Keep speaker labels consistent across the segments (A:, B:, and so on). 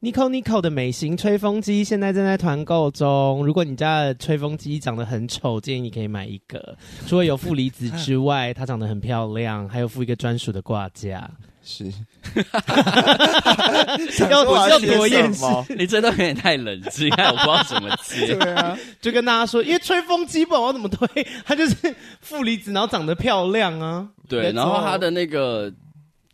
A: Nico Nico 的美型吹风机现在正在团购中。如果你家的吹风机长得很丑，建议你可以买一个。除了有负离子之外，它长得很漂亮，还有附一个专属的挂架。
B: 是，
A: 要
B: 我
A: 要多厌世？
B: 么？
C: 你这段有点太冷静，害我不知道怎么接。
B: 对啊，
A: 就跟大家说，因为吹风机不管我怎么推，它就是负离子，然后长得漂亮啊。
C: 对，
A: That's
C: 然后
A: all
C: 它的那个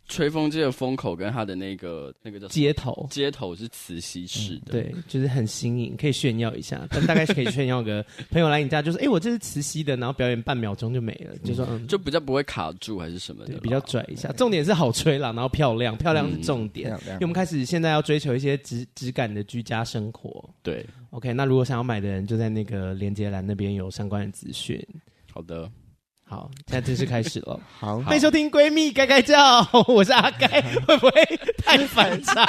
C: 吹风机的风口跟它的那个那个叫什么
A: 街头。
C: 接头是磁吸式的，
A: 嗯对，就是很新颖，可以炫耀一下，但大概是可以炫耀个朋友来你家，就是哎、诶我这是磁吸的，然后表演半秒钟就没了，就说嗯，
C: 就比较不会卡住还是什么的
A: 对
C: 啦，，
A: 比较拽一下。重点是好吹啦，然后漂亮，漂亮是重点。
B: 嗯漂亮
A: 因为我们开始现在要追求一些质质感的居家生活。
C: 对。
A: OK，那如果想要买的人，就在那个连接栏那边有相关的资讯。
C: 好的，
A: 好，现在正式开始了。
B: 好，
A: 欢迎收听《闺蜜该该叫》，我是阿该，会不会太反差？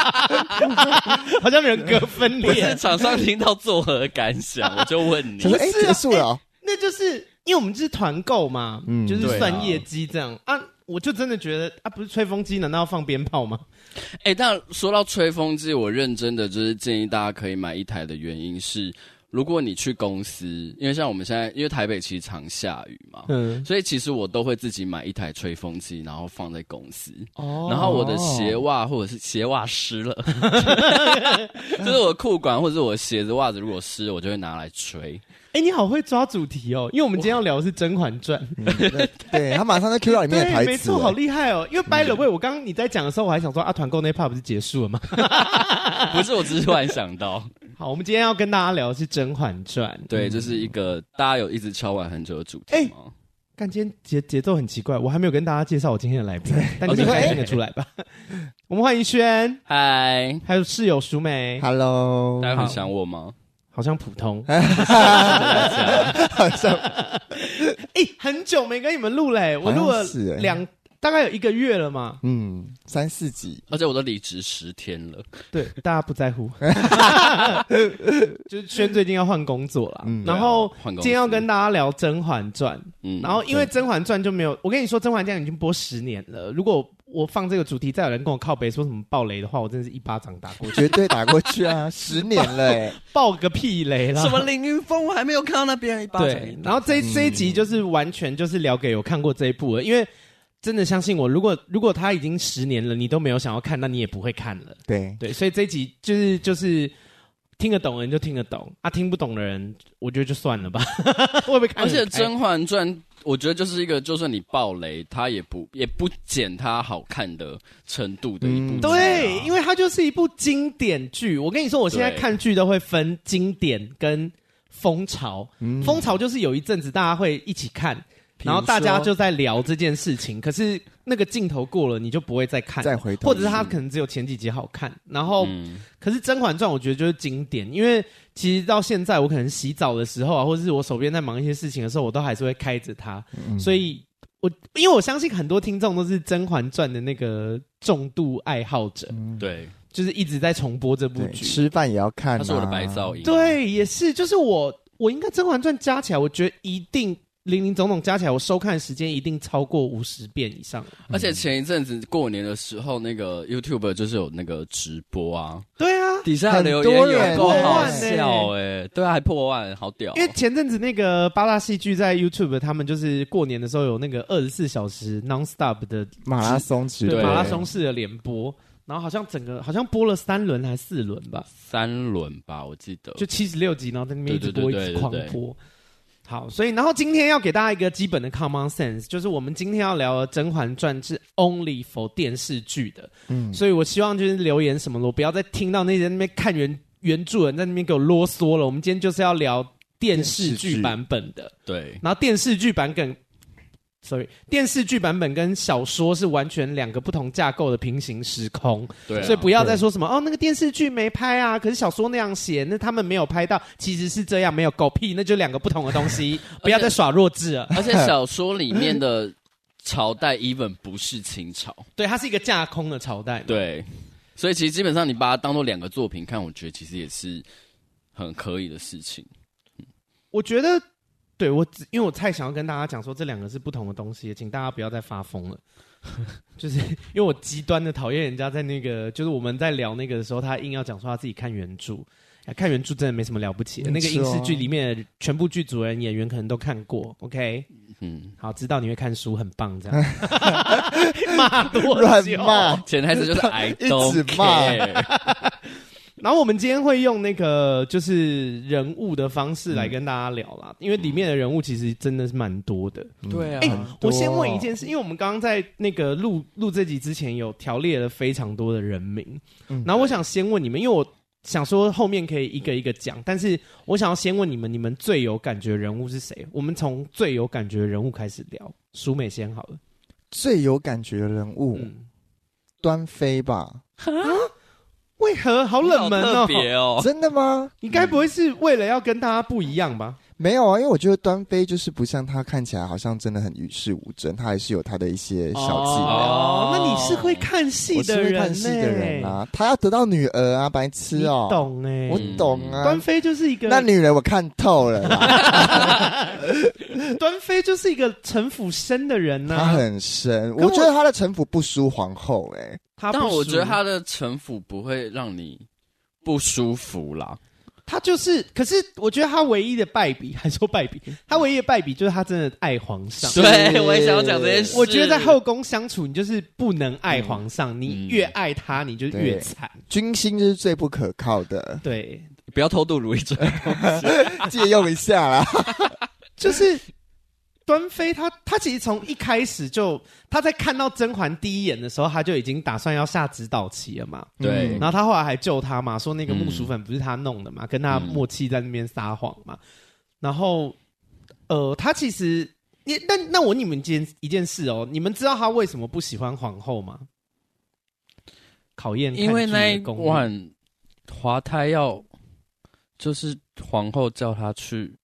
A: 好像人格分
C: 不是
A: 裂。
C: 厂商听到作何感想？我就 问你
B: 可，是哎，
A: 不是啊
B: 结束了哦，
A: 那就是因为我们是团购嘛，
B: 嗯
A: 就是算业绩这样啊。我就真的觉得啊，不是吹风机，难道要放鞭炮吗？
C: 哎、但说到吹风机，我认真的就是建议大家可以买一台的原因是，如果你去公司，因为像我们现在，因为台北其实常下雨嘛，
A: 嗯，
C: 所以其实我都会自己买一台吹风机，然后放在公司。
A: 哦
C: 然后我的鞋袜或者是鞋袜湿了， 就是我的裤管或者是我的鞋子袜子如果湿，我就会拿来 吹。
A: 哎、你好会抓主题哦，因为我们今天要聊的是《甄嬛传》，
B: 对对，他马上就 Q 到里面的
A: 对，
B: 台
A: 没
B: 词欸嗯
A: 错，好
B: 了，
A: 厉害哦。因为 by the way，我刚刚你在讲的时候，我还想说啊，团购那 part 不是结束了吗？
C: 不是，我只是突然想 到，
A: 好，我们今天要跟大家聊的是《甄嬛传》。
C: 对，这是一个大家有一直敲碗很久的主题吗？
A: 但今天节节奏很奇怪，我还没有跟大家介绍我今天的来宾，但你们应该听得出来吧？
B: 哦哎
A: 我们欢迎轩，
C: 嗨、
A: 还有室友淑美，
B: 哎 Hello，
C: 大家很想我吗？
A: 好像普通。
B: 哎好像
A: 哎、很久没跟你们录嘞、我录了
B: 好像是欸
A: 两、大概有一个月了嘛。
B: 嗯三四集，
C: 而且我都离职十天了，
A: 对， 大家不在乎。就是轩最近要换工作了，
B: 嗯
A: 然后
C: 对啊换公司
A: 今天要跟大家聊《甄嬛传》，
C: 嗯，
A: 然后因为《甄嬛传》就没有，我跟你说，《甄嬛传》已经播十年了。如果我放这个主题，再有人跟我靠北说什么暴雷的话，我真的是一巴掌打过去，
B: 我绝对打过 去啊，十年了哎，
A: 爆个屁雷啦！
C: 什么凌云峰，我还没有看到那边一巴掌。
A: 对，然后这一这一集就是完全就是聊给有看过这一部了，因为真的相信我，如果如果他已经十年了，你都没有想要看，那你也不会看了。
B: 对，
A: 对，所以这一集就是就是听得懂的人就听得懂啊，听不懂的人我觉得就算了吧， 会不会看
C: 而
A: 很开？
C: 且《甄嬛传》，我觉得就是一个，就算你爆雷，它也不也不减它好看的程度的一部、啊
B: 嗯
A: 对，因
C: 为
A: 为它就是一部经典剧。我跟你说，我现在
C: 对
A: 看剧都会分经典跟风潮。风潮就是有一阵子大家会一起看，
C: 比如
A: 然后大家
C: 说
A: 就在聊这件事情。可是那个镜头过了，你就不会再看，
B: 再回头
A: 或者是它可能只有前几集好看。然后，
C: 嗯
A: 可是《甄嬛传》我觉得就是经典，因为其实到现在我可能洗澡的时候啊，或者是我手边在忙一些事情的时候，我都还是会开着它。所以我因为我相信很多听众都是《甄嬛传》的那个重度爱好者，
C: 对，
A: 就是一直在重播这部
B: 对，
A: 剧。
B: 吃饭也要看啊，
C: 它是我的白噪音。，
A: 对，也是，就是我我应该《甄嬛传》加起来，我觉得一定零零总总加起来，我收看时间一定超过五十遍以上。
C: 而且前一阵子过年的时候，那个 YouTube 就是有那个直播啊，
A: 对啊，
C: 底下
B: 很
C: 留
B: 多
C: 言
B: 人
C: 有够
B: 欸
C: 好笑哎、对啊，还破万，好屌哦、
A: 因为前阵子那个八大戏剧在 YouTube，他们就是过年的时候有那个二十四小时 non stop 的
B: 马拉松直播
A: 对马拉松式的联播，然后好像整个好像播了三轮还是四轮吧，
C: 三轮吧，我记得。
A: 就七十六集，然后在那边一直播，
C: 对
A: 一
C: 对对
A: 直狂
C: 对对
A: 播。好，所以然后今天要给大家一个基本的 common sense，就是我们今天要聊的《甄嬛传》是 only for 电视剧的，嗯，所以我希望就是留言什么的，我不要再听到那些那边看原原著人在那边给我啰嗦了。我们今天就是要聊电视
B: 电视
A: 剧
B: 剧
A: 版本的，
C: 对，
A: 然后电视剧版跟，sorry，电视剧版本跟小说是完全两个不同架构的平行时空，
C: 对啊
A: 所以不要再说什么哦，那个电视剧没拍啊，可是小说那样写，那他们没有拍到，其实是这样，没有狗屁，那就两个不同的东 西，不要再耍弱智了。
C: 而且小说里面的朝代 even 不是清朝，
A: 对，它是一个架空的朝代嘛，
C: 对，所以其实基本上你把它当做两个作品看，我觉得其实也是很可以的事情。
A: 我觉得。对我只，因为我太想要跟大家讲说这两个是不同的东西，请大家不要再发疯了。 就是因为我极端的讨厌人家在那个，就是我们在聊那个的时候，他硬要讲说他自己看原著。哎看原著真的没什么了不起的，
B: 没
A: 那个影
B: 错
A: 视剧里面的全部剧组人演员可能都看过。OK，
C: 嗯，
A: 好，知道你会看书，很棒， 这样骂多
B: 乱
A: 久？
B: 骂。
C: 潜台词就是 I
B: 直
C: don't
B: 骂
C: care。
A: 然后我们今天会用那个就是人物的方式
B: 嗯
A: 来跟大家聊啦，因为里面的人物其实真的是蛮多的。
B: 嗯
C: 对
A: 哎、
C: 啊，
A: 我先问
B: 哦
A: 一件事，因为我们刚刚在那个录录这集之前有条列了非常多的人名，
B: 嗯
A: 然后我想先问你们，因为我想说后面可以一个一个讲，但是我想要先问你们，你们最有感觉的人物是谁？我们从最有感觉的人物开始聊，淑美先好了。
B: 最有感觉的人物，
A: 嗯，
B: 端妃吧？
A: 为何好冷门
C: 你好
A: 哦
C: 特？别哦，
B: 真的吗？
A: 你该不会是为了要跟大家不一样吧？
B: 没有啊，因为我觉得端妃就是不像她看起来好像真的很与世无争，她还是有她的一些小伎俩。
A: 哦
C: 哦，
A: 那你是会看戏
B: 我是
A: 的
B: 会
A: 人、欸，
B: 看戏的人啊，她要得到女儿啊，白痴
A: 你
B: 哦、
A: 懂哎、
B: 我懂啊。
A: 端妃就是一个，
B: 那女人我看透了啦，
A: 端妃就是一个城府深的人呐、
B: 她很深，
A: 可我
B: 我觉得她的城府不输皇后哎、
A: 他不
C: 但我觉得
A: 输
C: 他的城府不会让你不舒服啦。
A: 他就是，可是我觉得他唯一的败笔，还说败笔，他唯一的败笔就是他真的爱皇上。
C: 对，我也想要讲这件事。
A: 我觉得在后宫相处，你就是不能爱皇上，你
C: 嗯
A: 越爱他，你就越惨。
B: 军心就是最不可 靠的，
A: 对，
C: 不要偷渡如懿 传，
B: 借用一下啦。
A: 就是端妃她，她其实从一开始就，她在看到甄嬛第一眼的时候，她就已经打算要下指导棋了嘛。
C: 对
B: 嗯
A: 然后她后来还救她嘛，说那个木薯粉不是她弄的嘛，跟
B: 嗯
A: 她默契在那边撒谎嘛。然后，呃，她其实，你那那我问你们一件一件事哦，你们知道她为什么不喜欢皇后吗？考验看
C: 因为
A: 剧
C: 那
A: 的
C: 一
A: 功力
C: 晚华太要就是皇后叫他去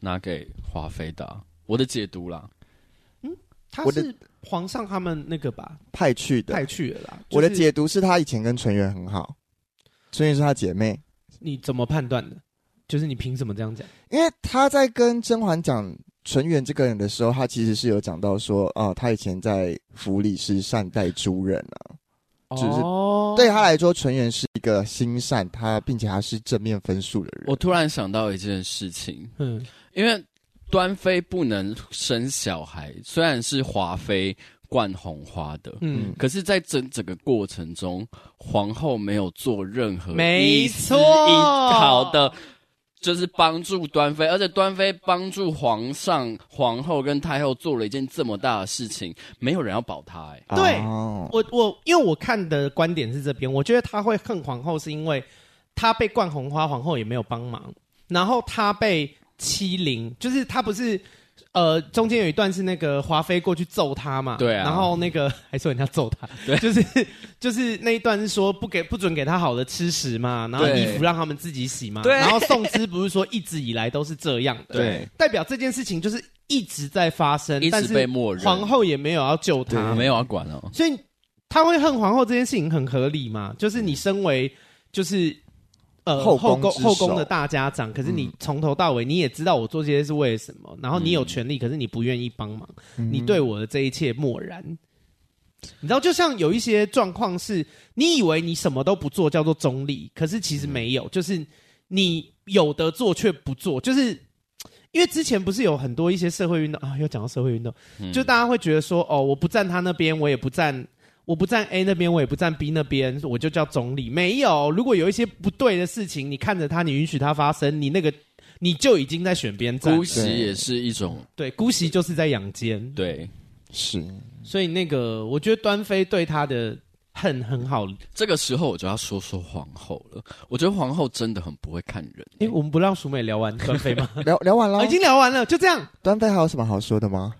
C: 拿给华妃的啊、我的解读啦。
A: 她
B: 我的
A: 是皇上他们那个吧
B: 派去的，
A: 派去了啦。
B: 我的
A: 就是
B: 解读是她以前跟纯元很好，纯元是她姐妹，
A: 你怎么判断的？就是你凭什么这样讲？
B: 因为她在跟甄嬛讲纯元这个人的时候，她其实是有讲到说，哦、她以前在府里是善待诸人啊，就是
A: 哦
B: 对啊她来说，纯元是一个心善，她并且她是正面分数的人
C: 我。突然想到一件事情，
A: 嗯，
C: 因为端妃不能生小孩，虽然是华妃冠红花的，
A: 嗯，
C: 可是，在整整个过程中，皇后没有做任何
A: 没
C: 一丝
A: 错
C: 一毫的，就是帮助端妃，而且端妃帮助皇上、皇后跟太后做了一件这么大的事情，没有人要保她、哎，
A: 对
B: 哦
A: 我我因为我看的观点是这边，我觉得他会恨皇后，是因为他被冠红花，皇后也没有帮忙，然后他被欺凌，就是他不是。呃，中间有一段是那个华妃过去揍他嘛，
C: 对啊
A: 然后那个还说人家揍他，
C: 对
A: 就是就是那一段是说不给不准给他好的吃食嘛，然后
C: 对
A: 衣服让他们自己洗嘛，
C: 对
A: 然后宋之不是说一直以来都是这样的，
B: 对，
A: 代表这件事情就是一直在发生，
C: 一
A: 但
C: 直
A: 是
C: 被默认，
A: 皇后啊也没有要救他，
C: 没有要管哦。
A: 所以他会恨皇后这件事情很合理嘛？就是你身为就是呃
B: 嗯后宫
A: 后宫
B: 之
A: 后宫
B: 首嗯
A: 的大家长，可是你从头到尾你也知道我做这些是为了什么，然后你有权利，可是你不愿意帮忙，
B: 嗯
A: 你对我的这一切漠然。你知道，就像有一些状况是，你以为你什么都不做叫做中立，可是
B: 嗯
A: 其实没有，就是你有的做却不做，就是因为之前不是有很多一些社会运动啊，又讲到社会运动，
C: 嗯
A: 就大家会觉得说，哦，我不站他那边，我也不站，我不站 A 那边，我也不站 B 那边，我就叫总理。没有，如果有一些不对的事情，你看着他，你允许他发生，你那个你就已经在选边站
C: 姑
A: 了。
C: 息也是一种
A: 对，姑息就是在养奸，
C: 对，
B: 是
A: 所以那个我觉得端妃对他的恨很好。
C: 这个时候我就要说说皇后了。我觉得皇后真的很不会看人，欸
A: 哎、我们不让淑美聊完端妃 吗？
B: 聊聊完了
A: 哦，已，经聊完了，就这样。
B: 端妃还有什么好说的吗？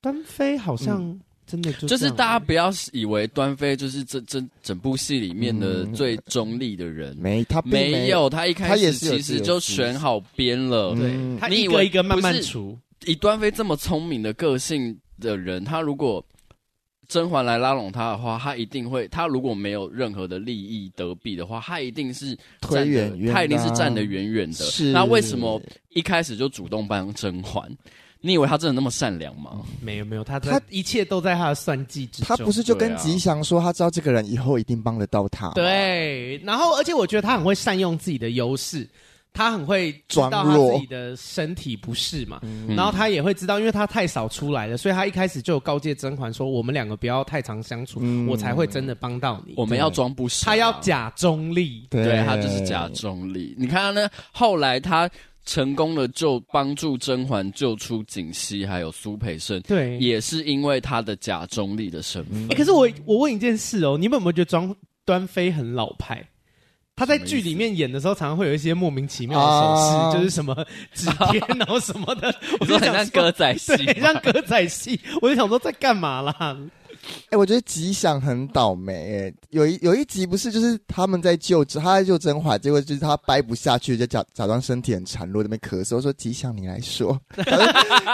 A: 端妃好像真的就
C: 嗯就是
A: 这样
C: 大家不要以为端妃就是这这整部戏里面的
B: 嗯
C: 最中立的人，
B: 没，啊她并
C: 没有，他一开
B: 他也
C: 始
B: 是有
C: 其
B: 自
C: 实
B: 由
C: 就
B: 思
C: 选好边了。
A: 对
B: 嗯
A: 他
C: 你
A: 一
C: 以
A: 个
C: 为
A: 一个慢慢
C: 不是
A: 除。
C: 以端妃这么聪明的个性的人，他如果甄嬛来拉拢他的话，他一定会，他如果没有任何的利益得弊的话，他一定是
B: 推
C: 站得
B: 远远的啊
C: 他一定是站得远远的。
B: 是
C: 那为什么一开始就主动帮甄嬛？你以为他真的那么善良吗？
A: 没有没有，他
B: 他
A: 他一切都在他的算计之中。
B: 他不是就啊跟
C: 对啊
B: 吉祥说，他知道这个人以后一定帮得到他，，
A: 对，然后而且我觉得他很会善用自己的优势，他很会知道
B: 装
A: 他
B: 弱
A: 自己的身体不适嘛，
C: 嗯
A: 然后他也会知道，因为他太少出来了，所以他一开始就有告诫甄嬛说：“我们两个不要太常相处，
B: 嗯
A: 我才会真的帮到你。”
C: 我们要装不傻啊、
A: 他要假中立，
C: 对他就是假中立。你看他呢，后来他成功的就帮助甄嬛救出槿汐，还有苏培盛，
A: 对。
C: 也是因为他的假中立的身份。
A: 哎、可是我我问一件事哦，你们有没有觉得庄端妃很老派？她在剧里面演的时候，常常会有一些莫名其妙的手
B: 啊
A: 势，就是什么纸贴，然后什 么的，我
C: 我说
A: 就
C: 很
A: 想
C: 像
A: 说
C: 歌仔 戏
A: 对，
C: 吗，
A: 像歌仔戏，我就想说在干嘛啦？
B: 哎、我觉得吉祥很倒霉、哎，有一有一集不是就是他们在救他在救甄嬛，结果就是他掰不下去，就假假装身体很孱弱，在那边咳嗽，我说吉祥你来说。 假装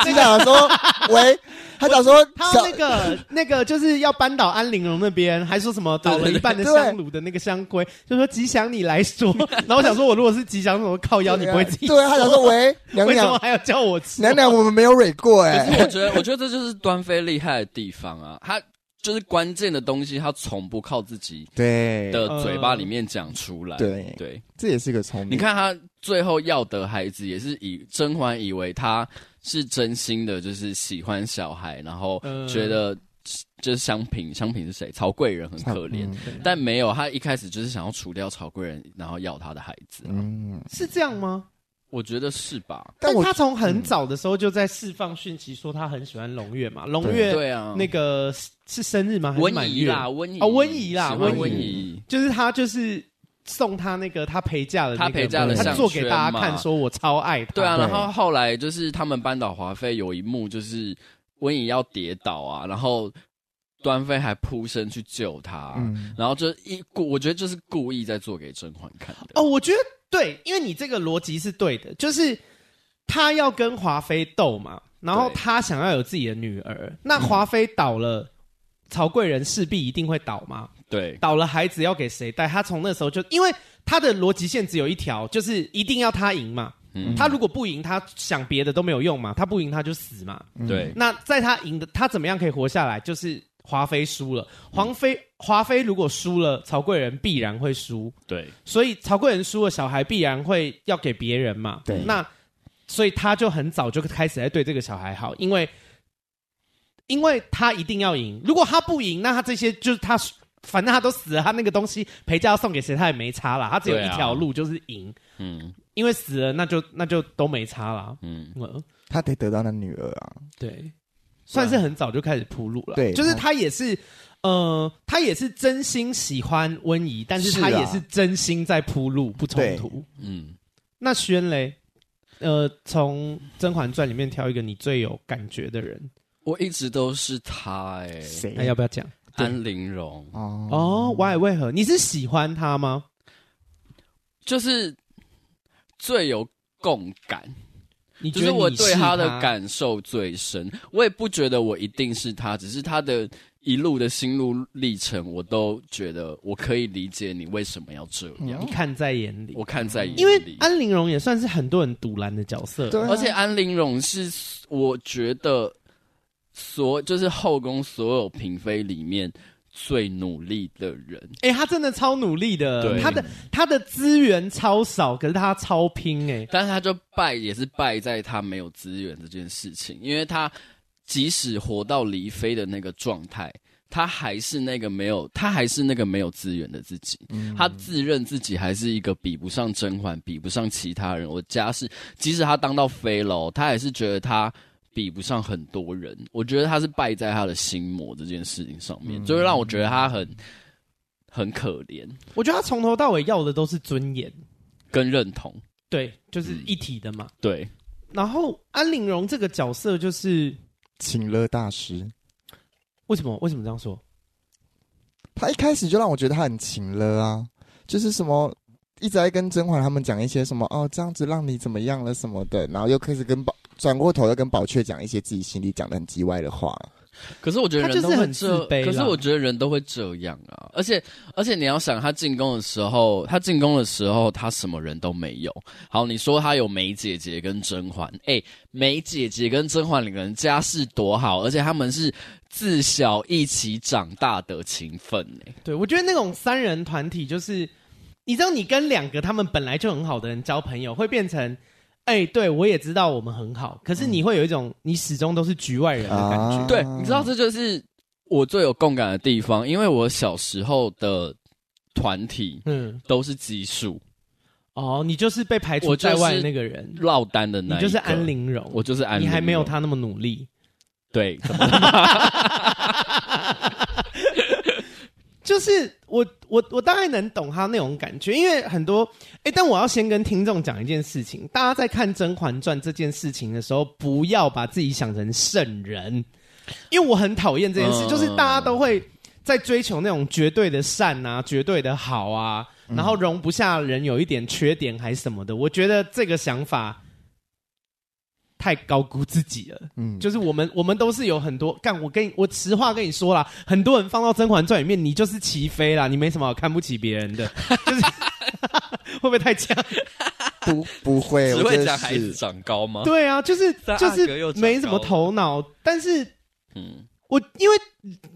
B: 吉祥想说喂，他想说
A: 他
B: 小
A: 那个那个就是要扳倒安陵容那边，还说什么倒了一半的
B: 对对对
A: 香炉的那个香龟，就说吉祥你来 说。然后我想说，我如果是吉祥，我靠腰你不会自己
B: 对啊，他想说喂娘
A: 为什么
B: 娘
A: 还要叫我吃？
B: 娘娘，我们没有蕊过哎、
C: 可是我觉得，我觉得这就是端妃厉害的地方啊，她就是关键的东西，她从不靠自己
B: 对
C: 的嘴巴里面讲出来。
B: 对
C: 对，
B: 这也是个聪明。
C: 你，看她最后要得孩子，也是以甄嬛以为她是真心的，就是喜欢小孩，然后
A: 嗯
C: 觉得就是香嫔，香嫔是谁？曹贵人很可
B: 嗯
C: 怜。
A: 对
C: 但没有，她一开始就是想要除掉曹贵人，然后要她的孩子。
B: 嗯，
A: 是这样吗？
C: 我觉得是吧？
B: 但
A: 但
B: 我
A: 他从很早的时候就在释放讯息说他很喜欢胧月嘛，胧月
C: 对啊，
A: 那个是是生日吗？还是
C: 温
A: 满
C: 宜
A: 月
C: 啦，，温宜
A: 哦温宜啦
C: 喜欢
B: 温宜
C: 温宜。
A: 就是他就是送他那个他陪嫁的那个，
C: 他陪嫁
B: 的
A: 他
B: 项
A: 做给大
C: 圈
A: 家
C: 嘛
A: 看，说我超爱他。
C: 对啊，
B: 对
C: 然后后来就是他们扳倒华妃有一幕就是温宜要跌倒啊，然后端妃还扑身去救她，
B: 嗯
C: 然后就一故我觉得就是故意在做给甄嬛看的。
A: 哦，我觉得对，因为你这个逻辑是对的，就是他要跟华妃斗嘛，然后
C: 对
A: 他想要有自己的女儿，那华妃倒了。曹贵人势必一定会倒嘛，
C: 对，
A: 倒了孩子要给谁带？他从那时候就，因为他的逻辑线只有一条，就是一定要他赢嘛。
C: 嗯，
A: 他如果不赢，他想别的都没有用嘛。他不赢，他就死嘛。
B: 嗯
C: 对
A: 那在他赢的，他怎么样可以活下来？就是华妃输了，
C: 嗯
A: 皇妃华妃如果输了，曹贵人必然会输，
C: 对
A: 所以曹贵人输了，小孩必然会要给别人嘛。
B: 对
A: 那所以他就很早就开始在对这个小孩好，因为因为他一定要赢，如果他不赢，那他这些就是他。反正他都死了，他那个东西陪嫁要送给谁，他也没差啦。他只有
C: 对
A: 一
C: 啊
A: 条路，就是赢。
C: 嗯
A: 因为死了，那就那就都没差啦。
C: 嗯，
A: 嗯，
B: 他得得到那女儿啊，
A: 对，算是很早就开始铺路了。
B: 对嗯
A: 就是他也是，呃，他也是真心喜欢温怡，但是
B: 是
A: 他
B: 啊
A: 也是真心在铺路，不冲突。
C: 嗯，
A: 那轩嘞，呃，从《甄嬛传》里面挑一个你最有感觉的人，
C: 我一直都是她哎、
B: 谁
A: 那要不要讲？对
C: 安陵容，
B: 哦
A: 哦，why 为何？你是喜欢他吗？
C: 就是最有共感。
A: 你觉
C: 就是
A: 得
C: 我
A: 你是
C: 对
A: 他
C: 的，感受最深，我也不觉得我一定是他，只是他的一路的心路历程，我都觉得我可以理解你为什么要这样，
A: 你看在眼里。
C: 我看在眼
A: 嗯
C: 里。
A: 因为安陵容也算是很多人堵拦的角色，
B: 对啊，
C: 嗯而且安陵容是我觉得所就是后宫所有嫔妃里面最努力的人，
A: 哎、他真的超努力的，
C: 对
A: 他的他的资源超少，可是他超拼哎、
C: 但是他就败也是败在他没有资源这件事情，因为他即使活到离妃的那个状态，他还是那个没有，他还是那个没有资源的自己，他自认自己还是一个比不上甄嬛、比不上其他人。我家世，即使他当到妃了哦，他还是觉得他。比不上很多人，我觉得他是败在他的心魔这件事情上面，就会让我觉得他很很可怜
A: 我觉得他从头到尾要的都是尊严，
C: 跟认同。
A: 对，就是
C: 嗯
A: 一体的嘛。
C: 对，
A: 然后安陵容这个角色就是
B: 请了大师。
A: 为什么为什么这样说？
B: 他一开始就让我觉得他很勤了啊，就是什么一直在跟甄嬛他们讲一些什么哦，这样子让你怎么样了什么的，然后又开始跟宝转过头又跟宝雀讲一些自己心里讲的很叽歪的话。
C: 可是我觉得人都
A: 他就是
C: 会
A: 很自
C: 这，
A: 卑啦
C: 可是我觉得人都会这样啊。而且而且你要想，他进攻的时候，他进攻的时候，他什么人都没有。好，你说他有梅姐姐跟甄嬛，哎、梅姐姐跟甄嬛两个人家世多好，而且他们是自小一起长大的情分、哎，
A: 对，我觉得那种三人团体就是，你知道，你跟两个他们本来就很好的人交朋友，会变成，哎、对我也知道我们很好，可是你会有一种你始终都是局外人的感觉。
B: 啊
C: 对，你知道这就是我最有共感的地方，因为我小时候的团体
A: 嗯，
C: 都是奇数
A: 哦，你就是被排除
C: 我就
A: 在外的
C: 是
A: 那个人，
C: 落单的那
A: 你
C: 一
A: 就是
C: 个
A: 安，陵容，
C: 我就是安陵
A: 你
C: 容，
A: 还没有他那么努力。
C: 对，怎么
A: 就是我我我大概能懂他那种感觉，因为很多哎、但我要先跟听众讲一件事情，大家在看《甄嬛传》这件事情的时候，不要把自己想成圣人，因为我很讨厌这件事，
C: 嗯
A: 就是大家都会在追求那种绝对的善啊、绝对的好啊，然后容不下人有一点缺点还什么的，我觉得这个想法太高估自己了。
B: 嗯，
A: 就是我们我们都是有很多干，我跟你我实话跟你说啦，很多人放到《甄嬛传》里面，你就是齐妃啦，你没什么好看不起别人的，就是 会不会太强？
B: 不不会，哎
C: 只
B: 我觉
C: 会
B: 得
C: 讲孩子
B: 是
C: 长高吗？
A: 对啊， 就是
C: 在阿
A: 就
C: 哥
A: 是
C: 又长
A: 没什么
C: 高了
A: 头脑，但是
C: 嗯
A: 我因为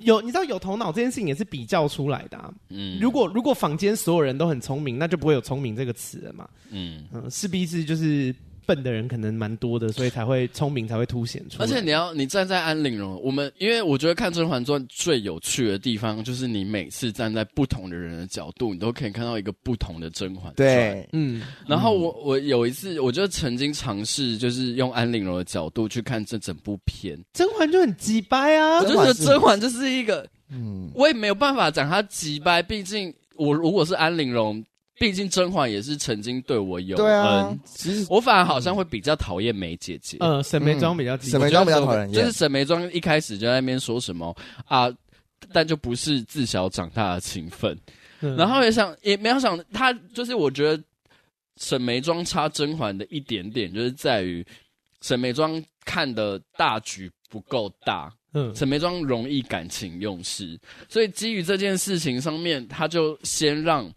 A: 有你知道有头脑这件事情也是比较出来的、啊，
C: 嗯
A: 如果如果坊间所有人都很聪明，那就不会有聪明这个词了嘛，
C: 嗯，
A: 嗯，势必是就是。笨的人可能蛮多的，所以才会聪明才会凸显出来。
C: 而且你要你站在安陵容，我们因为我觉得看《甄嬛传》最有趣的地方，就是你每次站在不同的人的角度，你都可以看到一个不同的甄嬛。。
B: 对，
A: 嗯，
C: 然后我我有一次，我就曾经尝试，就是用安陵容的角度去看这整部片，
A: 甄嬛就很鸡掰啊
C: 我，就觉得甄嬛就是一个，
B: 嗯，
C: 我也没有办法讲她急掰，毕竟我如果是安陵容，毕竟甄嬛也是曾经对我有嗯
B: 对啊
C: 恩，，
B: 其实
C: 我反而好像会比较讨厌梅姐姐。
A: 呃，沈
C: 嗯
A: 眉庄比较鸡
B: 沈
A: 掰
B: 眉庄比较讨人厌
C: 就是沈眉庄一开始就在那边说什么啊，但就不是自小长大的情分。
A: 嗯
C: 然后也想也没有想，他就是我觉得沈眉庄差甄嬛的一点点，就是在于沈眉庄看的大局不够大，
A: 嗯
C: 沈眉庄容易感情用事，所以基于这件事情上面，他就先让。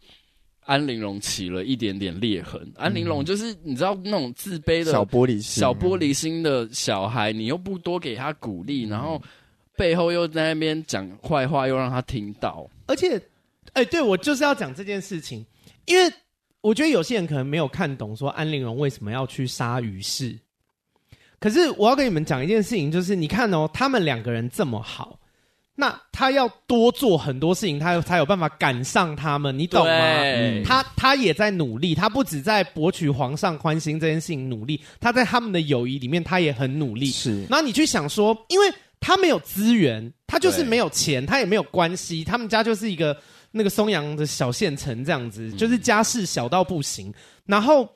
C: 安陵容起了一点点裂痕，安陵容就是你知道那种自卑的
B: 嗯小玻璃心，
C: 小玻璃心的小孩，你又不多给他鼓
A: 嗯
C: 励，然后背后又在那边讲坏话，又让他听到。
A: 而且，哎、对我就是要讲这件事情，因为我觉得有些人可能没有看懂说安陵容为什么要去杀于氏。可是我要跟你们讲一件事情，就是你看哦，他们两个人这么好，那他要多做很多事情，他才有办法赶上他们，你懂吗？嗯
C: 对，
A: 他他也在努力，他不止在博取皇上欢心这件事情努力，他在他们的友谊里面他也很努力。
C: 嗯
B: 是，
A: 然后你去想说，因为他没有资源，他就是
C: 对
A: 没有钱，他也没有关系，他们家就是一个那个松阳的小县城这样
C: 嗯
A: 子，就是家世小到不行。然后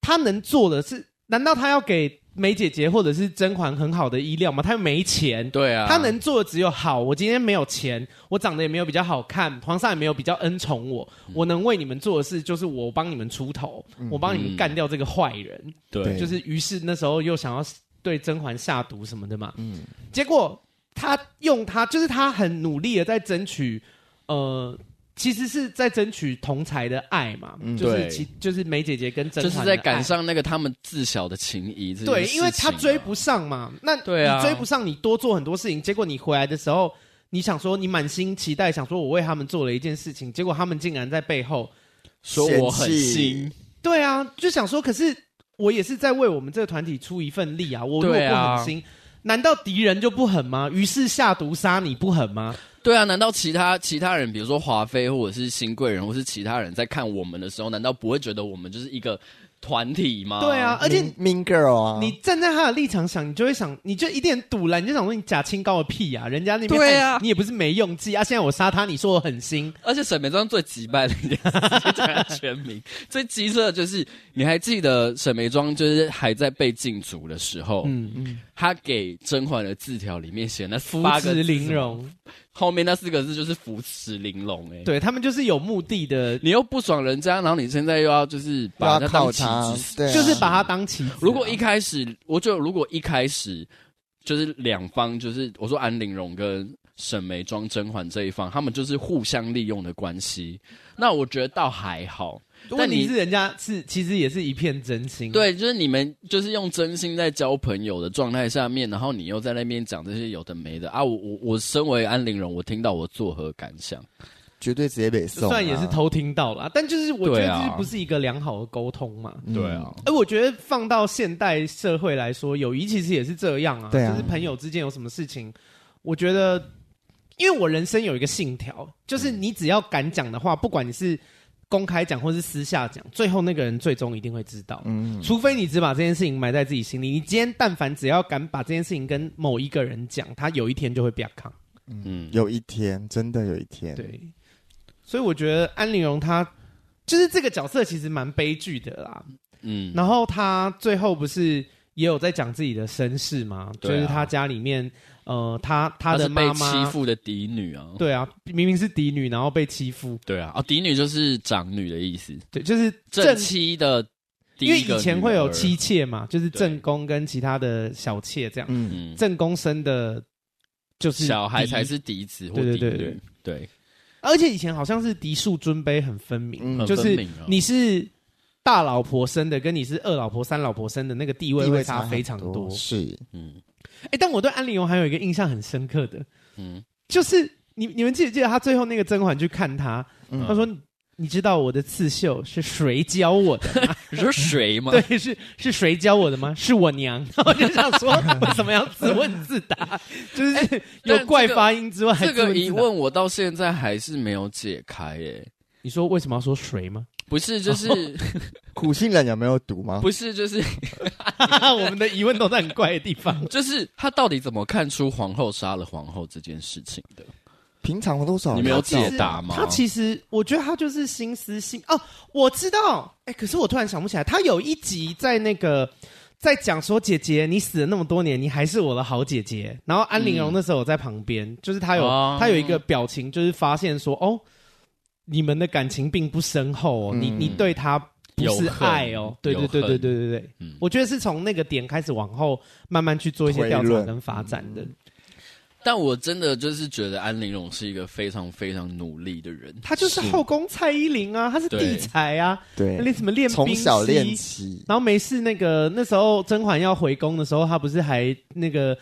A: 他能做的是，难道他要给梅姐姐或者是甄嬛很好的医疗吗？他又没钱。
C: 对啊，
A: 他能做的只有好。我今天没有钱，我长得也没有比较好看，皇上也没有比较恩宠我。
C: 嗯
A: 我能为你们做的事就是我帮你们出头，我帮你们干掉这个坏人。
C: 对
B: 对
A: 就是于是那时候又想要对甄嬛下毒什么的嘛，
B: 嗯，
A: 结果他用他就是他很努力的在争取，呃，其实是在争取同才的爱嘛，
B: 嗯
A: 就是
C: 对
A: 其就是梅姐姐跟甄
C: 就
A: 嬛
C: 是在
A: 的爱
C: 赶上那个他们自小的情谊这件事情啊、
A: 对，因为他追不上嘛，那
C: 对啊
A: 你追不上，你多做很多事情，结果你回来的时候，你想说你满心期待，想说我为他们做了一件事情，结果他们竟然在背后
C: 说我很
B: 嫌
C: 新，
A: 对啊，就想说，可是我也是在为我们这个团体出一份力啊！我如果
C: 对
A: 不
C: 啊
A: 狠心，难道敌人就不狠吗？于是下毒杀你不狠吗？
C: 对啊，难道其他其他人，比如说华妃或者是新贵人，或是其他人在看我们的时候，难道不会觉得我们就是一个团体吗？
A: 对啊，而且
B: Mean Girl 啊，
A: 你站在他的立场想，你就会想，你就一点堵了，你就想说你假清高个屁啊！人家那边
C: 对啊
A: 你也不是没用计啊！现在我杀他，你说我狠心，
C: 而且沈眉庄最击败的一件事，直接讲他全名最鸡色的就是，你还记得沈眉庄就是还在被禁足的时候，
A: 嗯嗯，
C: 他给甄嬛的字条里面写那
A: 扶
C: 八
A: 持
C: 个字
A: 玲，珑，
C: 后面那四个字就是扶持玲珑、哎，，
A: 对他们就是有目的的，
C: 你又不爽人家，然后你现在又要就是
B: 又
C: 把
B: 要
C: 人家
B: 靠
C: 当棋
B: 他
C: 子
B: 对啊
A: 就是把他当棋子啊。
C: 如果一开始，我觉得如果一开始就是两方，就是我说安陵容跟沈眉庄、甄嬛这一方，他们就是互相利用的关系。那我觉得倒还好，
A: 问
C: 你
A: 题是人家是其实也是一片真心，，啊
C: 对，就是你们就是用真心在交朋友的状态下面，然后你又在那边讲这些有的没的啊！我我我身为安陵容，我听到我作何感想？
B: 绝对直接被送、啊，
A: 算也是偷听到了，但就是我觉
C: 对
A: 得
C: 啊
A: 这不是一个良好的沟通嘛。
B: 嗯
C: 对啊，
A: 哎、我觉得放到现代社会来说，友谊其实也是这样啊，
B: 对啊
A: 就是朋友之间有什么事情，我觉得，因为我人生有一个信条，就是你只要敢讲的话，不管你是公开讲或是私下讲，最后那个人最终一定会知道。
B: 嗯，
A: 除非你只把这件事情埋在自己心里，你今天但凡只要敢把这件事情跟某一个人讲，他有一天就会变康。
C: 嗯，
B: 有一天真的有一天，，
A: 对，所以我觉得安陵容她就是这个角色其实蛮悲剧的啦。
C: 嗯，
A: 然后她最后不是也有在讲自己的身世吗？就
C: 对啊
A: 是她家里面，呃，她她的
C: 是被
A: 妈
C: 欺
A: 妈，
C: 负的嫡女啊，
A: 对啊，明明是嫡女，然后被欺负，
C: 对啊，哦，嫡女就是长女的意思，
A: 对，就是
C: 正妻的第
A: 因为
C: 一个
A: 以前会有
C: 女儿
A: 妻，妾嘛，就是
C: 对
A: 正宫跟其他的小妾这样，
B: 嗯，
C: 嗯，
A: 正宫生的。就是
C: 小孩
A: 嫡
C: 才是嫡子或
A: 对
C: 嫡
A: 对对对
C: 女，对，
A: 而且以前好像是嫡庶尊卑很分明，
B: 嗯
C: 很
A: 就
C: 分
A: 是
C: 明啊
A: 你是大老婆生的，跟你是二老婆、三老婆生的那个地位
B: 地
A: 会
B: 位
A: 差
B: 很
A: 非常
B: 多，
A: 多。
B: 是，
C: 嗯
A: 哎、但我对安陵容还有一个印象很深刻的，
C: 嗯，
A: 就是你你们记不记得她最后那个甄嬛去看她，
B: 嗯
A: 她说你。你知道我的刺绣是谁教我的吗？
C: 你说 谁吗？
A: 对，是是谁教我的吗？是我娘。 然后我就想说，为什么要自问自答？ 就是有
C: 但这
A: 怪
C: 个
A: 发音之外，
C: 这
A: 自
C: 个
A: 问自
C: 疑
A: 答，
C: 问我到现在还是没有解开耶。
A: 你说为什么要说谁 吗？
C: 不是，就是
B: 苦杏仁有没有毒吗？
C: 不是，就是
A: 我们的疑问都在很怪的地方。
C: 就是他到底怎么看出皇后杀了皇后这件事情的？
B: 平常多少
C: 你没有
B: 人知道
C: 解答吗
A: 他其实，我觉得他就是心思细哦，我知道。哎、可是我突然想不起来，他有一集在那个在讲说，姐姐你死了那么多年，你还是我的好姐姐。然后安陵容
C: 嗯
A: 那时候我在旁边，就是他有、
C: 哦
A: 他有一个表情，就是发现说，哦，你们的感情并不深厚哦，你
B: 嗯
A: 你对他不
C: 有
A: 是
C: 恨
A: 爱哦，对对
C: 有
A: 对对对
C: 恨
A: 对对对。
C: 嗯，
A: 我觉得是从那个点开始往后慢慢去做一些
B: 推
A: 调查
B: 论
A: 跟发展的。
C: 但我真的就是觉得安陵容是一个非常非常努力的人，
A: 他就是后宫蔡依林啊，他是
C: 对
A: 地才啊，
B: 对，
A: 练什么练
B: 从
A: 兵
B: 小
A: 器
B: 练起，
A: 然后没事，那个那时候甄嬛要回宫的时候，她不是还那个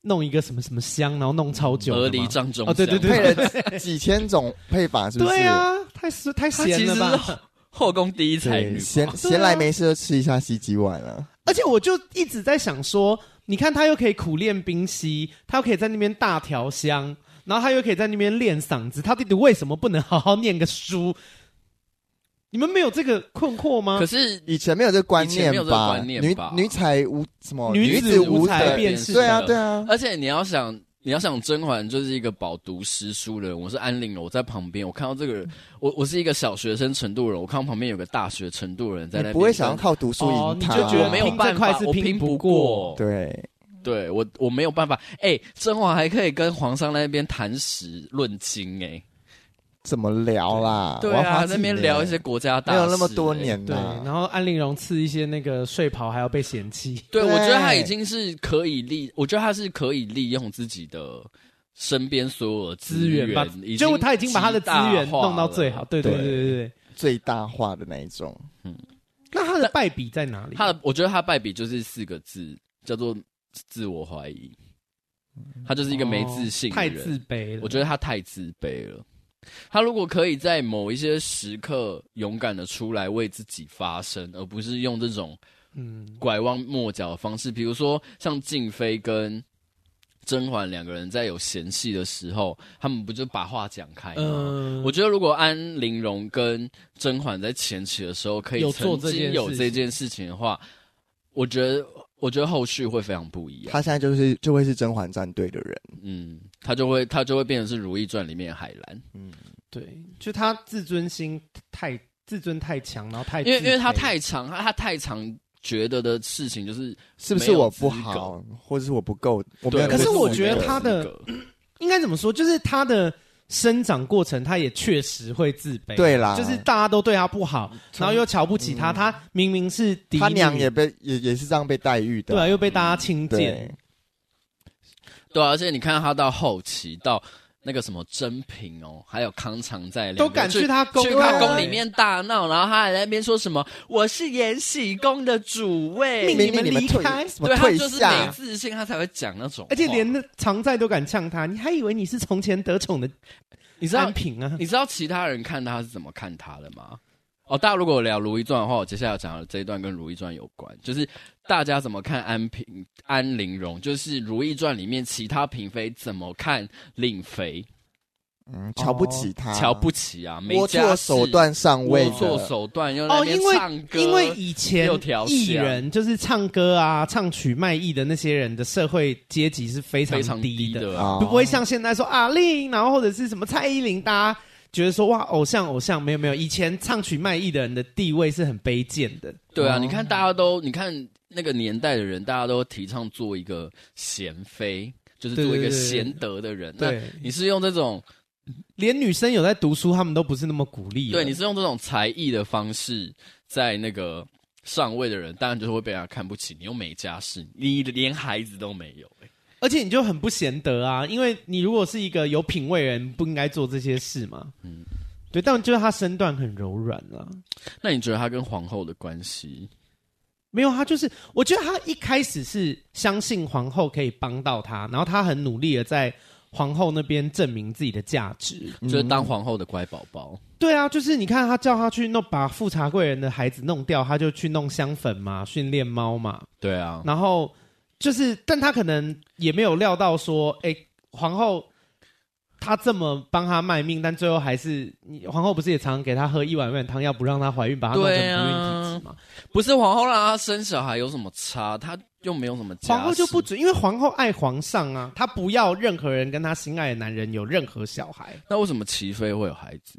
A: 弄一个什么什么香，然后弄超久
C: 鹅
A: 的
C: 梨
A: 吗？
C: 帐中
A: 哦，对对
C: 香
B: 配
A: 对，
B: 了几千种配法，是不是？
A: 对啊，太是太
C: 她其
A: 闲
C: 实
A: 了
C: 是
A: 吧？
C: 后后宫第一才
B: 对，
C: 女，
B: 闲
A: 对啊
B: 闲来没事就吃一下西鸡碗啊。
A: 而且我就一直在想说，你看她又可以苦练冰溪，她又可以在那边大调香，然后她又可以在那边练嗓子，她弟弟为什么不能好好念个书？你们没有这个困惑吗
C: 可？是
B: 以前没有这个观
C: 以
B: 念
C: 前没有这个
B: 吧？
C: 观念吧
B: 女女才无什么
A: 女
B: 哦子
A: 无
B: 才
A: 才
C: 便
A: 便
C: 是
A: 是
B: 对啊
C: 德
B: 对啊，
C: 而且你要想，你要想甄嬛就是一个饱读诗书的人，我是安陵容，我在旁边，我看到这个人，我我是一个小学生程度的人，我看到旁边有个大学程度的人在那
B: 你
C: 边，
B: 不会想要靠读书
A: 哦
B: 赢
A: 你
B: 他，
A: 就觉得
C: 我没有
A: 拼这
C: 办
A: 块
C: 法，
A: 是
C: 我
A: 拼
C: 拼
A: 不
C: 不
A: 过
C: 过，
B: 对，
C: 对我我没有办法。哎、甄嬛还可以跟皇上那边谈史论经、
B: 怎么聊啦
C: 哎，？对
B: 我要
C: 啊，
B: 花
C: 那边
B: 几年
C: 聊一些国家大
B: 没
C: 事、
B: 有那么多
C: 哎。
B: 年
A: 对，
B: 呐
A: 然。后安陵容赐一些那个睡袍，还要被嫌弃。
C: 对，
B: 对
C: 我觉得他已经是可以利，我觉得他是可以利用自己的身边所有的
A: 资源吧
C: 源，已经
A: 就他已经把他的资源
C: 极大化
A: 弄到最好，
C: 了
A: 对对对
B: 对
A: 对对。
B: 最大化的那一种，
A: 那他的败笔在哪里？
C: 他的我觉得他败笔就是四个字，叫做自我怀疑。他就是一个没自信
A: 哦
C: 的
A: 太
C: 人，
A: 自卑了。
C: 我觉得他太自卑了。他如果可以在某一些时刻勇敢的出来为自己发声，而不是用这种
A: 嗯，
C: 拐弯抹角的方式，比如说像静妃跟甄嬛两个人在有嫌隙的时候，他们不就把话讲开吗？
A: 嗯
C: 我觉得如果安陵容跟甄嬛在前期的时候可以
A: 有做
C: 曾
A: 这件事
C: 经有这件事情的话，我觉得我觉得后续会非常不一样。
B: 他现在就是就会是甄嬛战队的人，
C: 嗯，他就会他就会变成是《如懿传》里面的海兰，
A: 对，就他自尊心太自尊太强，然后太
C: 因为
A: 自
C: 因
A: 卑
C: 为他太长，他他太长觉得的事情就是
B: 是不
C: 没
B: 是
C: 有
B: 我不
C: 资格
B: 好，或者是我不够？我没
C: 对
B: 有，
A: 可是我觉得
C: 没有
A: 他的
C: 资格
A: 应该怎么说？就是他的生长过程，他也确实会自卑。
B: 对
C: 啊
B: 啦
A: 就是大家都对他不好，然后又瞧不起他，
C: 嗯
A: 他明明是嫡
B: 他娘
A: 女
B: 也被也也是这样被待遇的
A: 对
B: 啊，
C: 嗯
A: 啊，又被大家轻
B: 对
A: 贱。
C: 对啊、而且你看他到后期到那个什么真平哦，还有康常在两个
A: 都敢去他宫，
C: 去他宫里。面大闹，然后他还在那边说什么我是延禧宫的主
A: 命
C: 位，
B: 命令你们
A: 你们
B: 退
A: 离开，
B: 什么
C: 对他
B: 退
C: 就是没
B: 下？
C: 自信，他才会讲那种话，
A: 而且连那常在都敢呛他，你还以为你是从前得宠的
C: 你知道
A: 安平 啊？
C: 你知道其他人看他是怎么看他的吗？哦，大家如果聊《如懿传》的话，我接下来讲的这一段跟《如懿传》有关，就是大家怎么看安平、安陵容，就是《如懿传》里面其他嫔妃怎么看令妃，
B: 嗯，
A: 哦
B: 瞧不起他，
C: 瞧不起啊，没
B: 龌
C: 家
B: 龊
C: 世
B: 手，段上位
C: 龌
B: 的，
C: 龊手段，又在那
A: 哦，
C: 边
A: 因为
C: 唱歌，
A: 因为以前
C: 六条巷
A: 艺人就是唱歌啊、唱曲卖艺的那些人的社会阶级是非
C: 非常
A: 低
C: 低的
B: 啊
C: 啊，
A: 不会像现在说啊令，然后或者是什么蔡依林，大家觉得说哇偶像偶像，没有没有，以前唱曲卖艺的人的地位是很卑贱的。
C: 对啊，
B: 哦
C: 你看大家都，你看那个年代的人，大家都提倡做一个贤妃，就是做一
A: 对对
C: 个
A: 对对
C: 贤德的人。
A: 对，
C: 那你是用这种
A: 连女生有在读书，他们都不是那么鼓励了。
C: 对，你是用这种才艺的方式，在那个上位的人，当然就是会被人家看不起。你又没家世，你连孩子都没有、欸
A: 而且你就很不贤德啊，因为你如果是一个有品味的人，不应该做这些事嘛。嗯，对，但就是他身段很柔软啊。
C: 那你觉得他跟皇后的关系？
A: 没有，他就是，我觉得他一开始是相信皇后可以帮到他，然后他很努力的在皇后那边证明自己的价值。
C: 就是当皇后的乖宝宝，
A: 对啊，就是你看他叫他去弄把富察贵人的孩子弄掉，他就去弄香粉嘛，训练猫嘛，
C: 对啊，
A: 然后就是，但他可能也没有料到说，哎、皇后她这么帮他卖命，但最后还是你皇后不是也常给她喝一碗碗汤药，不让她怀孕，把她弄成不孕
C: 对啊
A: 体质嘛？
C: 不是皇后让他生小孩有什么差？他又没有什么家世，
A: 皇后就不准，因为皇后爱皇上啊，她不要任何人跟她心爱的男人有任何小孩，
C: 那为什么齐妃会有孩子？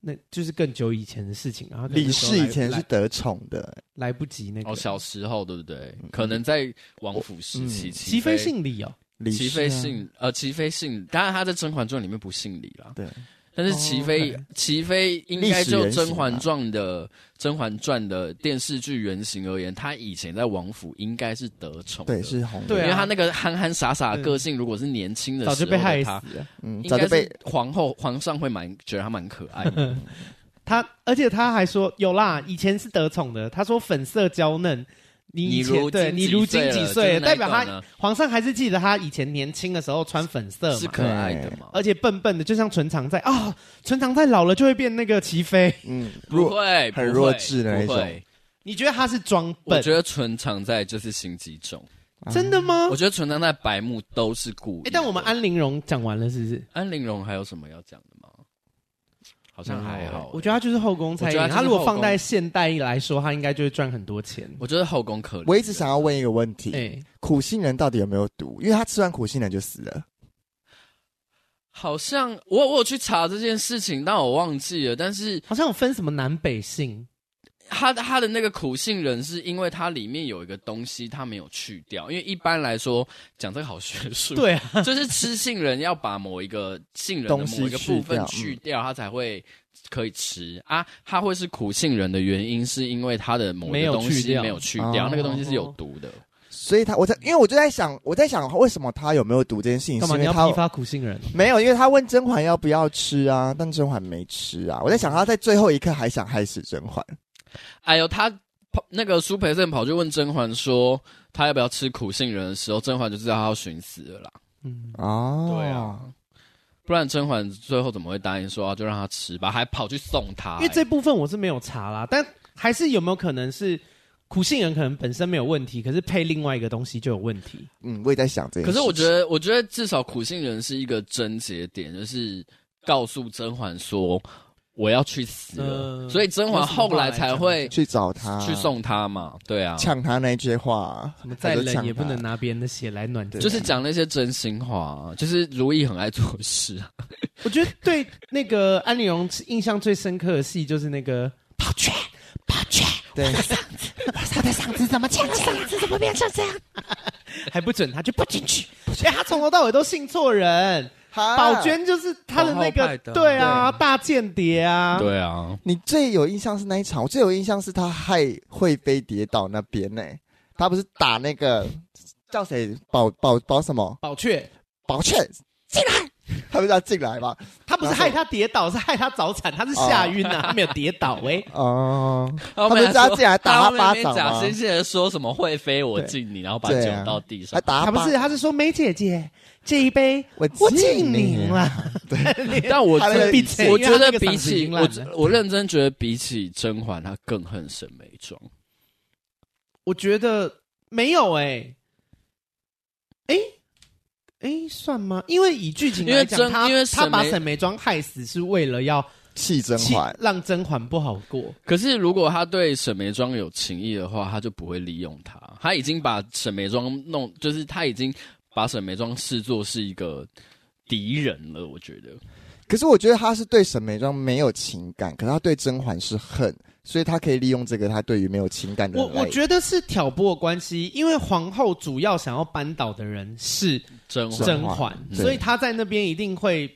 A: 那就是更久以前的事情啊。她可能
B: 李氏以
A: 那时
B: 前
A: 候
B: 是
A: 来
B: 得宠的，
A: 来来不及那个
C: 哦，小时候对不对？可能在王府时期，
A: 齐
B: 嗯
C: 嗯齐
A: 妃
C: 妃
A: 姓李哦，
B: 李
C: 齐
B: 氏
C: 妃
B: 啊
C: 姓呃，齐妃姓，当然他在《甄嬛传》里面不姓李啦。
B: 对，
C: 但是齐妃
A: 哦，
C: 齐妃应该
B: 历史
C: 就《
B: 原
C: 甄
B: 型啊
C: 嬛传》的《甄嬛传》的电视剧原型而言，她以前在王府应该是得宠的，
B: 对，是红的，
A: 对啊
C: 因为她那个憨憨傻傻的个性，如果是年轻的时
A: 早
C: 候
A: 就被害
C: 的
A: 死
C: 她，
A: 了。
B: 嗯，
C: 应
B: 早
C: 该
B: 就被
C: 是皇后皇上会蛮觉得她蛮可爱 的。
A: 她，而且她还说有啦，以前是得宠的。她说粉色娇嫩，你以前
C: 如
A: 对
C: 今
A: 你如今
C: 岁
A: 几
C: 了
A: 岁
C: 就
A: 了，
C: 是那
A: 代
C: 一
A: 表
C: 段啊
A: 她
C: 呢
A: 皇上还是记得她以前年轻的时候穿粉色
C: 是
A: 嘛，
C: 可爱的嘛？
A: 而且笨笨的，就像纯常在啊，纯常在老了就会变那个齐妃。
B: 嗯
C: 不
B: 弱，
C: 会，
B: 很
C: 不
B: 弱
C: 会
B: 智的那
C: 不
B: 种
C: 会
A: 你觉得她是装
C: 我
A: 笨？
C: 觉得纯常在就是心机重，
A: 真的吗
C: 我？觉得纯常在白目都是故意的。
A: 哎，但我们安陵容讲完了是不是？
C: 安陵容还有什么要讲的吗？好像
B: 嗯
C: 还好欸、
A: 哦我觉得她就是后宫菜
C: 我觉得
A: 园，
C: 她
A: 她
C: 就
A: 如
C: 是
A: 果
C: 后
A: 放
C: 宫
A: 在现代来说，她应该就会赚很多钱。
C: 我觉得后宫可怜。
B: 我一直想要问一个问题：
A: 哎，
B: 苦杏仁到底有没有毒？因为他吃完苦杏仁就死了。
C: 好像我我有去查这件事情，但我忘记了。但是
A: 好像有分什么南北姓，
C: 它它的那个苦杏仁，是因为它里面有一个东西它没有去掉，因为一般来说讲这个好学术，，
A: 对啊，
C: 就是吃杏仁要把某一个杏仁的
B: 东西
C: 某一个部
B: 去掉
C: 分
B: 嗯
C: 去掉，它才会可以吃啊。它会是苦杏仁的原因，是因为它的某
A: 没
C: 一个
A: 有
C: 东
A: 去
C: 西
A: 掉
C: 没有去
B: 哦
C: 掉，那个东西是有毒的。
B: 所以他，我在，因为我就在想，我在想为什么他有没有毒这件事情，
A: 干
B: 是
A: 嘛
B: 因
A: 你
B: 为
A: 要
B: 他
A: 批发苦杏仁？
B: 没有，因为他问甄嬛要不要吃啊，但甄嬛没吃啊。我在想，他在最后一刻还想害死甄嬛，
C: 哎呦，他跑那个苏培盛跑去问甄嬛说他要不要吃苦杏仁的时候，甄嬛就知道他要寻死了啦。
A: 嗯，
B: 哦，
C: 对啊，不然甄嬛最后怎么会答应说、啊、就让他吃吧，还跑去送他、哎
A: 因为这部分我是没有查啦，但还是有没有可能是苦杏仁可能本身没有问题，可是配另外一个东西就有问题？
B: 嗯，我也在想这件
C: 哎可
B: 事情。
C: 是我觉得，我觉得至少苦杏仁是一个症结点，就是告诉甄嬛说我要去死了，
A: 嗯
C: 呃所以甄嬛后来才会
B: 去找他，
C: 去送他嘛，对啊。
B: 抢他那一句话，
A: 什么再
B: 他就抢
A: 冷
B: 他
A: 也不能。拿别人的血来暖自己
C: 就是讲那些真心话、啊，就是如懿很爱做事啊。
A: 我觉得对那个安陵容印象最深刻的戏就是那个宝娟，宝娟，
B: 对，
A: 她的嗓子怎么呛呛？嗓子怎么变成这样？还不准她就不进去，哎，她从头到尾都信错人。宝
B: 宝，
A: 娟就是她的那
C: 皇后
A: 个
C: 派的，啊
A: 对啊，大间谍啊，
C: 对啊，
B: 你最有印象是那一场？我最有印象是他害惠妃跌倒那边呢、他不是打那个叫谁保保保什么
A: 宝雀，
B: 保全进来，他们叫进来吧？
A: 他不是害他跌倒，是害他早产，他是吓晕啊，他没有跌倒喂、
B: 哦、
C: 他
B: 们就要进来打他巴掌吗
C: 假惺惺的说什么会飞我敬你，然后把
B: 对
C: 酒
B: 啊
C: 倒地上
B: 还。打
A: 他不
B: 巴
A: 是，他是说梅姐姐这一杯
B: 我
A: 我
B: 敬
A: 敬
B: 你
A: 您了，
C: 但我
B: 他那个
C: 真
A: 闭嘴
C: 我
A: 因为他
C: 觉得
A: 那个
C: 比
A: 嗓子已
C: 起
A: 经烂
C: 我
A: 了，
C: 我认真觉得比起甄嬛，她更恨沈眉庄。
A: 我觉得没有哎、哎、哎、算吗？因为以剧情
C: 因为
A: 来讲，
C: 甄
A: 他
C: 因为
A: 他
C: 沈
A: 把
C: 眉
A: 沈眉庄害死是为了要
B: 气甄
A: 气
B: 嬛，
A: 让甄嬛不好过。
C: 可是如果他对沈眉庄有情意的话，他就不会利用她。他已经把沈眉庄弄，就是他已经把沈眉庄视作是一个敌人了。我觉得，
B: 可是我觉得他是对沈眉庄没有情感，可是他对甄嬛是恨，所以他可以利用这个他对于没有情感的
A: 我
B: 人来。
A: 我觉得是挑拨的关系，因为皇后主要想要扳倒的人是
C: 甄嬛
A: 甄
B: 嬛
A: 嬛，
B: 对
A: 所以她在那边一定会，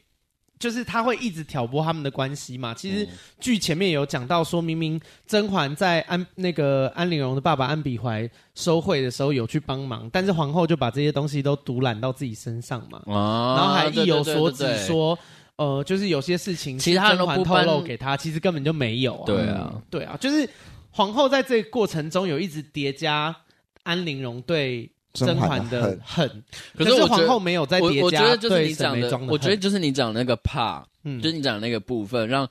A: 就是她会一直挑拨他们的关系嘛。其实剧前面有讲到，说明明甄嬛在安那个安陵容的爸爸安比怀收贿的时候有去帮忙，但是皇后就把这些东西都独揽到自己身上嘛，
C: 啊，
A: 然后还
C: 对
A: 意有所指。
C: 对对对对
A: 说。呃，就是有些事情
C: 其他人
A: 是
C: 都
A: 甄嬛
C: 不
A: 透
C: 搬
A: 露给她，其实根本就没有啊。
C: 对啊，
A: 对啊，就是皇后在这个过程中有一直叠加安陵容对甄嬛
B: 的
A: 的
B: 恨，
A: 恨，
C: 可
A: 是
C: 我觉
A: 皇后
C: 得。
A: 没有在
C: 我
A: 叠
C: 我觉
A: 加
C: 得就是
A: 对
C: 你
A: 沈
C: 讲
A: 眉
C: 的
A: 庄，
C: 我觉得
A: 恨，
C: 就是你讲的那个怕，
A: 嗯
C: 就是你讲的那个部分，让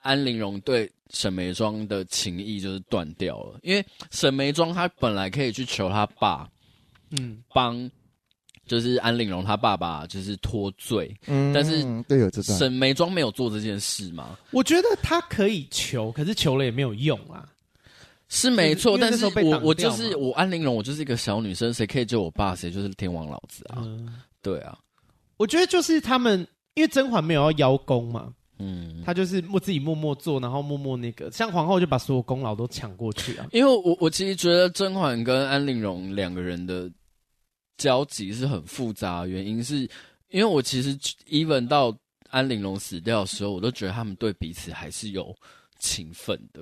C: 安陵容对沈眉庄的情谊就是断掉了。因为沈眉庄她本来可以去求她爸，
A: 嗯，
C: 帮，就是安陵容她爸爸就是脱罪，
B: 嗯
C: 但是
B: 对有这段，
C: 沈眉庄没有做这件事吗？
A: 我觉得她可以求，可是求了也没有用啊。
C: 是没错，
A: 因为
C: 但
A: 那时
C: 是
A: 候被
C: 我
A: 挡
C: 我
A: 掉
C: 就
A: 嘛
C: 是我安陵容，我就是一个小女生，谁可以救我爸，谁就是天王老子啊！
A: 嗯，
C: 对啊，
A: 我觉得就是他们，因为甄嬛没有要邀功嘛，
C: 嗯，
A: 她就是默自己默默做，然后默默那个，像皇后就把所有功劳都抢过去啊。
C: 因为我我其实觉得甄嬛跟安陵容两个人的交集是很复杂的原因是因为我其实 even 到安陵容死掉的时候，我都觉得他们对彼此还是有情分的。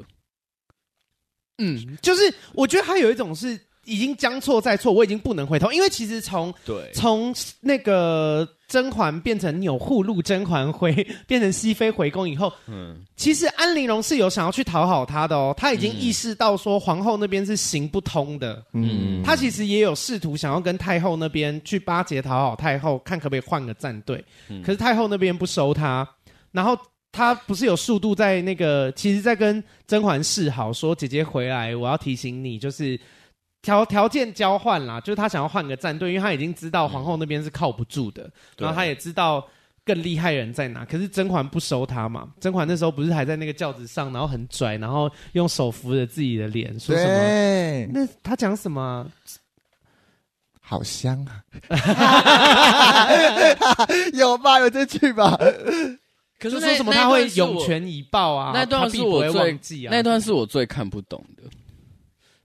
A: 嗯，就是我觉得还有一种是已经将错再错，我已经不能回头，因为其实从
C: 对
A: 从那个甄嬛变成钮祜禄甄嬛回， 变成熹妃回宫以后，
C: 嗯，
A: 其实安陵容是有想要去讨好她的哦，她已经意识到说皇后那边是行不通的，
B: 嗯，
A: 她其实也有试图想要跟太后那边去巴结讨好太后，看可不可以换个战队，
B: 嗯
A: 可是太后那边不收她，然后。她不是有速度在那个，其实，在跟甄嬛示好，说姐姐回来，我要提醒你，就是条条件交换啦，就是她想要换个战队，因为她已经知道皇后那边是靠不住的，然后她也知道更厉害的人在哪？可是甄嬛不收他嘛？甄嬛那时候不是还在那个轿子上，然后很拽，然后用手扶着自己的脸，说什么？
B: 对，
A: 那他讲什么啊？
B: 好香啊！有吧？有这句吧？
C: 可
A: 就
C: 那
A: 说什么
C: 那
A: 他
C: 段
A: 会
C: 是
A: 涌
C: 我
A: 泉以报啊？
C: 那段
A: 他必
C: 是
A: 不
C: 我
A: 会
C: 最
A: 忘记啊。
C: 那段是我最看不懂的。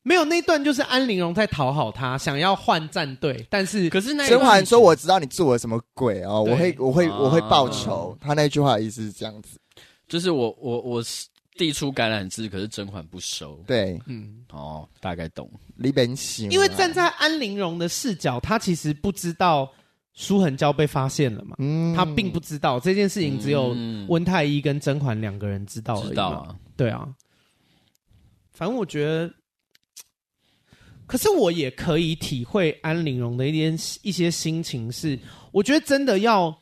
A: 没有那段就是安陵容在讨好他，想要换战队，但是
C: 可是那一
B: 甄
C: 段
B: 嬛说：“我知道你做了什么鬼哦，
A: 对
B: 我会，我会，
C: 啊
B: 我会报仇。”他那句话的意思是这样子。
C: 就是我我我是递出橄榄枝，可是甄嬛不收。
B: 对，
A: 嗯，
C: 哦，大概懂。
B: 李本喜，
A: 因为站在安陵容的视角，她其实不知道舒痕娇被发现了嘛，
B: 嗯
A: 她并不知道这件事情，只有
C: 嗯
A: 温太医跟甄嬛两个人知道而已嘛。
C: 知道啊，
A: 对啊，反正我觉得，可是我也可以体会安陵容的一点一些心情是，我觉得真的要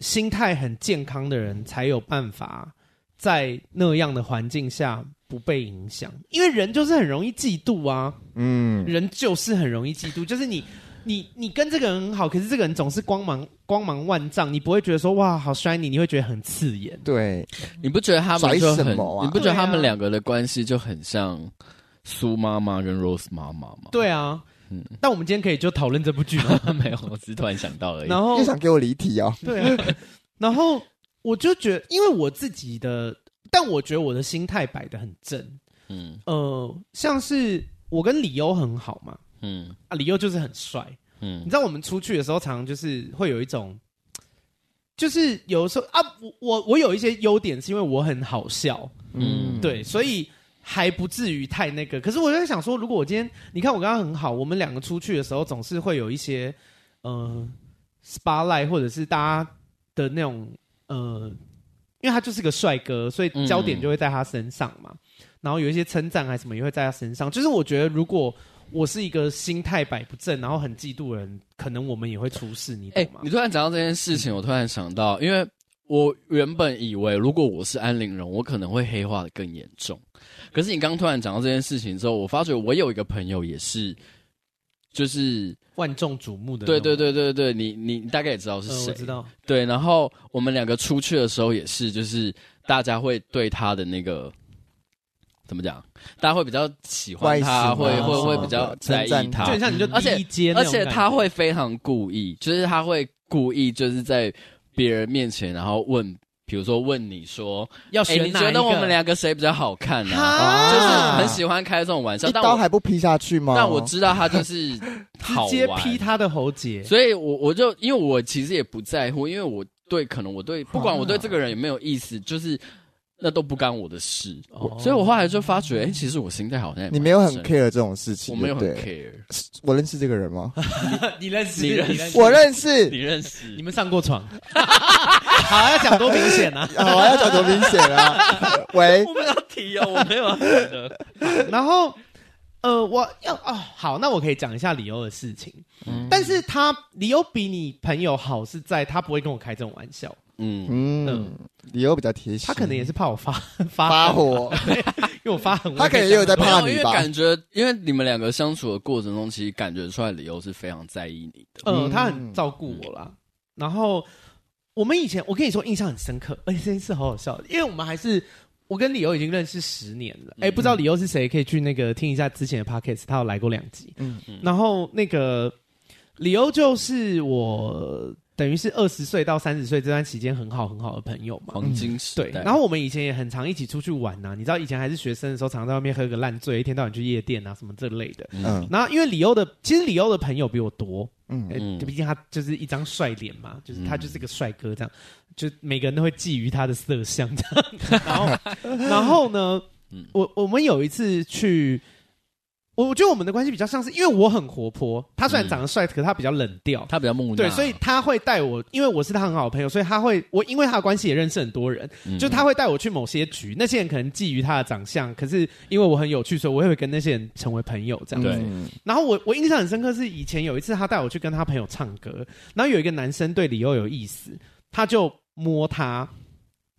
A: 心态很健康的人才有办法在那样的环境下不被影响，因为人就是很容易嫉妒啊，
B: 嗯，
A: 人就是很容易嫉妒，就是你。你你跟这个人很好，可是这个人总是光芒光芒万丈，你不会觉得说哇好 shiny，你会觉得很刺眼。
B: 对，
C: 你不觉得他
B: 拽
C: 们就
B: 什
C: 很？
B: 么啊
C: 你不觉得他
A: 对
C: 们
A: 啊
C: 两个的关系就很像苏妈妈跟 Rose 妈妈吗？，
A: 对啊，
C: 哦嗯
A: 但我们今天可以就讨论这部剧吗？
C: 没有，我只是突然想到而已。
A: 然后
B: 又想给我离题哦。
A: 对啊，然后我就觉得，因为我自己的，但我觉得我的心态摆的很正。
C: 嗯
A: 呃，像是我跟李优很好嘛，
C: 嗯
A: 啊，李优就是很帅。你
C: 嗯
A: 知道我们出去的时候，常常就是会有一种，就是有时候啊，我我我有一些优点是因为我很好笑，
B: 嗯
C: 嗯，
A: 对，所以还不至于太那个。可是我就在想说，如果我今天，你看我刚刚很好，我们两个出去的时候总是会有一些，呃，spotlight 或者是大家的那种，呃，因为他就是个帅哥，所以焦
C: 嗯
A: 点就会在他身上嘛。然后有一些称赞还是什么也会在他身上。就是我觉得，如果我是一个心态摆不正，然后很嫉妒的人，可能我们也会出事，你
C: 哎、
A: 懂吗？
C: 你突然讲到这件事情，我突然想到，因为我原本以为如果我是安陵容，我可能会黑化的更严重。可是你刚突然讲到这件事情之后，我发觉我有一个朋友也是，就是
A: 万众瞩目的那
C: 对
A: 种，
C: 对对对对，你你你大概也知道是
A: 呃，
C: 谁
A: 我、知道，
C: 对。然后我们两个出去的时候也是，就是大家会对他的那个。怎么讲？大家会比较喜欢
B: 外
C: 他，会
B: 形啊
C: 会会
A: 什么
C: 比较
B: 的
C: 在
B: 称赞
C: 意
A: 就
C: 他，
A: 很像你就
C: 而且
A: 第一阶那
C: 而
A: 种
C: 且
A: 感
C: 他
A: 觉
C: 会非常故意，就是他会故意就是在别人面前，然后问，比如说问你说，
A: 要
C: 哎、
A: 选
C: 你
A: 哪
C: 觉
A: 一个
C: 得我们两个谁比较好看啊？
A: 哈
C: 就是
B: 啊
C: 很喜欢开这种玩笑，
B: 一
C: 但
B: 刀
C: 我
B: 还不劈下去吗？
C: 但我知道他就是好
A: 直接劈
C: 玩，
A: 他的喉结，
C: 所以我我就因为我其实也不在乎，因为我对可能我对不管我对这个人有没有意思，就是那都不干我的事，
A: 哦
C: 所以我后来就发觉，哎、其实我心态好像也
B: 你没有很
C: 蛮深
B: care 这种事情，
C: 我没有很
B: 对不对
C: care，
B: 我认识这个人吗？
A: 你认识
C: 你认识
B: 我认识
C: 你，认识
A: 你们上过床？好，要讲多明显啊！
B: 好啊，要讲多明显 啊！喂，
C: 我们要提哦，我没有要提的。
A: 然后，呃，我要哦，好，那我可以讲一下李欧的事情。但是他李欧比你朋友好是在他不会跟我开这种玩笑，
C: 嗯，
B: 嗯，理由比较贴心，
A: 他可能也是怕我发发
B: 发，火，
A: 因为我发很，
B: 他可能也有在怕
C: 因
B: 你
C: 为
B: 吧？
C: 感觉，因为你们两个相处的过程中，其实感觉出来理由是非常在意你的。
A: 呃，
B: 嗯
A: 他很照顾我啦。然后我们以前，我跟你说印象很深刻， 而且这件事好好笑，因为我们还是我跟李欧已经认识十年了。哎、不知道李欧是谁，可以去那个听一下之前的 podcast，他有来过两集。
B: 嗯
A: 嗯，然后那个李欧就是我等于是二十岁到三十岁这段期间很好很好的朋友嘛。
C: 黄金时代
A: 嗯对，，然后我们以前也很常一起出去玩呐、你知道以前还是学生的时候，常在外面喝个烂醉，一天到晚去夜店啊什么这类的。
B: 嗯
A: 然后因为李欧的，其实李欧的朋友比我多，
B: 嗯
A: 呃
C: 嗯
A: 毕竟他就是一张帅脸嘛，就是他就是个帅哥这样，就每个人都会觊觎他的色相这样。 然后，然后呢，
C: 嗯
A: 我我们有一次去，我我觉得我们的关系比较像是，因为我很活泼，他虽然长得帅，可是他比较冷调。
C: 嗯他比较木讷，
A: 对，所以他会带我，因为我是他很好的朋友，所以他会我因为他的关系也认识很多人，
C: 嗯
A: 就他会带我去某些局，那些人可能觊觎他的长相，可是因为我很有趣，所以我也会跟那些人成为朋友这样。
C: 对
B: 嗯
A: 然后我我印象很深刻是以前有一次他带我去跟他朋友唱歌，然后有一个男生对李欧有意思，他就摸他，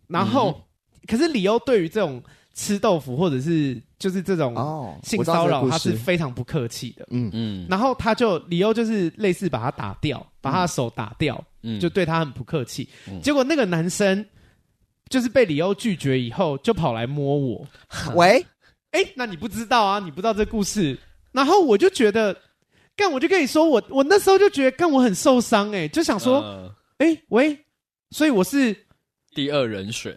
A: 然后、
C: 嗯
A: 可是李欧对于这种吃豆腐或者是就是这种
B: 哦，
A: 性
B: 我知道
A: 骚
B: 这个
A: 扰，
B: 故
A: 他是
B: 事
A: 非常不客气的。
B: 嗯
C: 嗯
A: 然后他就李欧就是类似把他打掉，把他的手打掉，
C: 嗯
A: 就对他很不客气。
C: 嗯
A: 结果那个男生就是被李欧拒绝以后，就跑来摸我。
B: 喂，
A: 哎，那你不知道啊，你不知道这故事。然后我就觉得，干，我就跟你说，我我那时候就觉得，干，我很受伤、哎，就想
B: 嗯
A: 说，
C: 呃
A: 哎、喂，所以我是
C: 第二人选，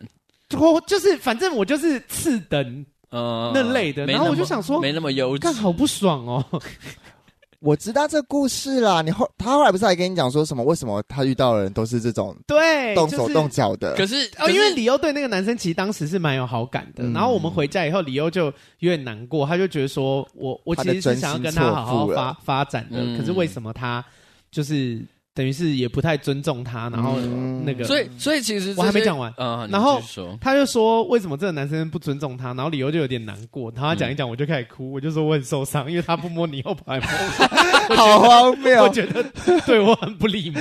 A: 我就是，反正我就是次等，
C: 嗯
A: 那类的
C: 没
A: 然后
C: 那
A: 我
C: 么
A: 就想说
C: 没那么优质
A: 干，，好不爽哦。
B: 我知道这故事啦。你后他后来不是还跟你讲说什么？为什么他遇到的人都是这种
A: 对，
B: 动手动
A: 哎就是
B: 脚的？
C: 可是
A: 哦，因为
C: 你
A: 李欧对那个男生其实当时是蛮有好感的，
B: 嗯
A: 然后我们回家以后，李欧就有点难过，他就觉得说我我其实是想要跟他好好
B: 他的真心错付
A: 发
B: 了
A: 发展的，
C: 嗯
A: 可是为什么他就是等于是也不太尊重他，然后
B: 嗯
A: 那个
C: 所以所以其实这些
A: 我还没讲完
C: 嗯，你
A: 然后
C: 继续说
A: 他就说为什么这个男生不尊重他，然后理由就有点难过，然后他讲一讲我就开始哭，我就说我很受伤，因为他不摸你，又跑来摸
B: 好荒
A: 我，我
B: 谬，
A: 觉得对我很不礼貌。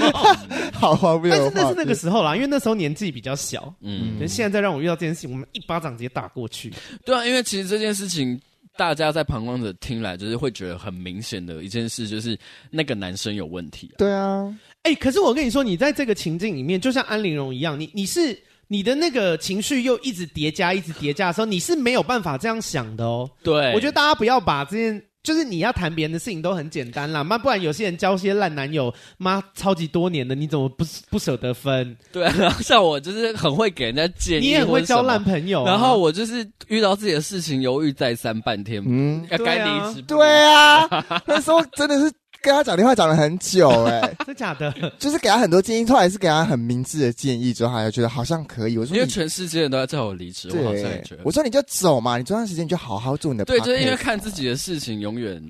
B: 好荒谬
A: 但是
B: 的
A: 那
B: 话。
A: 是那个时候啦，因为那时候年纪比较小，
C: 嗯，
A: 可是现在再让我遇到这件事情，我们一巴掌直接打过去。
C: 对啊，因为其实这件事情。大家在旁观者听来，就是会觉得很明显的一件事，就是那个男生有问题啊。
B: 对啊，
A: 哎、可是我跟你说，你在这个情境里面，就像安陵容一样，你你是你的那个情绪又一直叠加，一直叠加的时候，你是没有办法这样想的哦。
C: 对，
A: 我觉得大家不要把这件，就是你要谈别人的事情都很简单啦，妈，不然有些人交些烂男友，妈超级多年的，你怎么不不舍得分？
C: 对啊， 然后像我就是很会给人家建议，
A: 你也很会交烂。朋友啊、
C: 然后我就是遇到自己的事情犹豫再三半天，
B: 嗯，
C: 要
A: 对
C: 该
A: 啊
C: 离职不离 职
B: 对啊，那时候真的是跟他讲电话讲了很久、 哎，
A: 真假的？
B: 就是给他很多建议，后来是给他很明智的建议之后，他就觉得好像可以。我说
C: 因为
B: 你
C: 全世界人都在叫我离职，我好像也
B: 对
C: 觉，得
B: 我说你就走嘛，你这段时间你就好好做你的 podcast。
C: 对，就是因为看自己的事情永远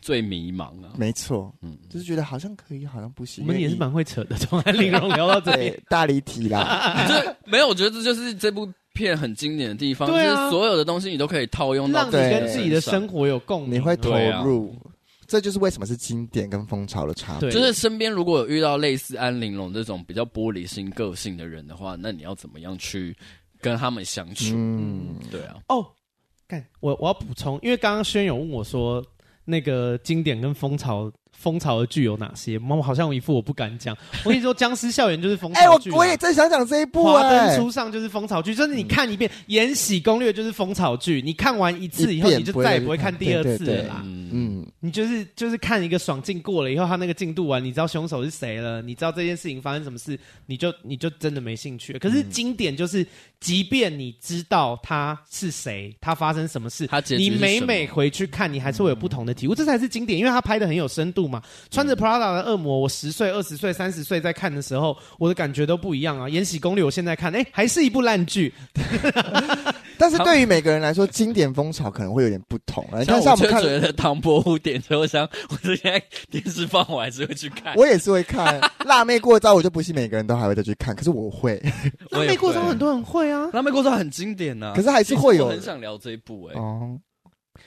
C: 最迷茫啊。
B: 没错，
C: 嗯，
B: 就是觉得好像可以，好像不行。
A: 我们
B: 因为
A: 也是
B: 一
A: 蛮会扯的，从安陵容聊到这里，
B: 对大离题 啦，
C: 就是没有，我觉得这就是这部片很经典的地方，
A: 对啊
C: 就是所有的东西你都可以套用到
A: 让你
B: 对
A: 跟自己的生活有共鸣，
B: 你会投
C: 对啊
B: 入，这就是为什么是经典跟风潮的差别。
A: 对
C: 就是身边如果有遇到类似安玲珑这种比较玻璃心个性的人的话，那你要怎么样去跟他们相处？
B: 嗯，
C: 对啊，
A: 哦。干，我我要补充，因为刚刚轩有问我说，那个经典跟风潮风潮的剧有哪些？妈，我好像有一副我不敢讲。我跟你说，《僵尸校园》就是风
B: 哎，
A: 潮
B: 我
A: 剧啊、
B: 我也正想讲这一部
A: 华
B: 哎
A: 灯，初上就是风潮剧，就是
B: 嗯
A: 你看一遍《延禧攻略》就是风潮剧，你看完一次以后，
B: 一遍
A: 你就
B: 不会
A: 再也不会看第二次了
B: 对
A: 啦。
C: 嗯，
B: 嗯，
A: 你就是就是看一个爽劲过了以后，他那个进度啊完，你知道凶手是谁了，你知道这件事情发生什么事，你就你就真的没兴趣了。可
B: 嗯
A: 是经典就是，即便你知道他是谁，他发生什么事，
C: 他结局
A: 你
C: 是
A: 每
C: 什么
A: 每回去看，你还是会有不同的体悟，这才是经典，因为他拍的很有深度嘛。穿着 Prada 的恶魔，我十岁、二十岁、三十岁在看的时候，我的感觉都不一样啊。《延禧攻略》我现在看，哎，还是一部烂剧，
B: 但是对于每个人来说，经典风潮可能会有点不同。啊你看，像我
C: 我就
B: 们看，
C: 觉得唐伯虎点秋香， 我现在电视放我还是会去看，
B: 我也是会 看辣妹过招，我就不信每个人都还会再去看，可是我会，
A: 那
C: 我也
A: 美国
C: 会
A: 中很多人会啊。
C: 辣妹过招很经典啊呐、
B: 可是还
C: 其
B: 是
C: 实
B: 会有
C: 我很想聊这一部哎、
B: 哦。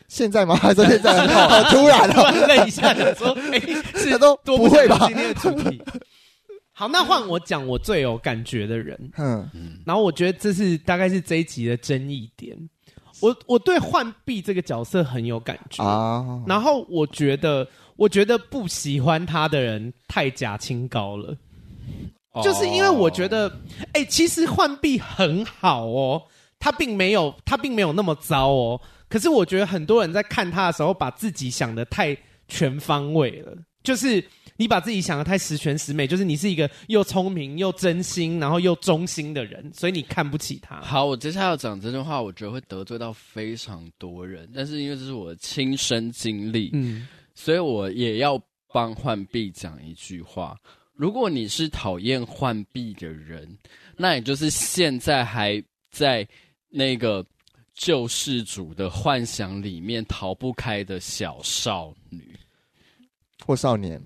B: 现在吗？还是现在？好突然
A: 突
B: 哦！
A: 然愣一下，想说，哎，是
B: 他都
A: 多
B: 不会吧
A: 想？今天的主题。好，那换我讲我最有感觉的人，
B: 嗯，
A: 然后我觉得这是大概是这一集的争议点。我我对浣碧这个角色很有感觉，
B: 啊，
A: 然后我觉得我觉得不喜欢他的人太假清高了，
C: 哦
A: 就是因为我觉得，哎、其实浣碧很好哦，他并没有他并没有那么糟哦，可是我觉得很多人在看他的时候，把自己想的太全方位了，就是。你把自己想的太十全十美，就是你是一个又聪明又真心，然后又忠心的人，所以你看不起他。
C: 好，我接下来要讲这句话，我觉得会得罪到非常多人，但是因为这是我的亲身经历，
A: 嗯，
C: 所以我也要帮浣碧讲一句话：如果你是讨厌浣碧的人，那也就是现在还在那个救世主的幻想里面逃不开的小少女。
B: 或少年，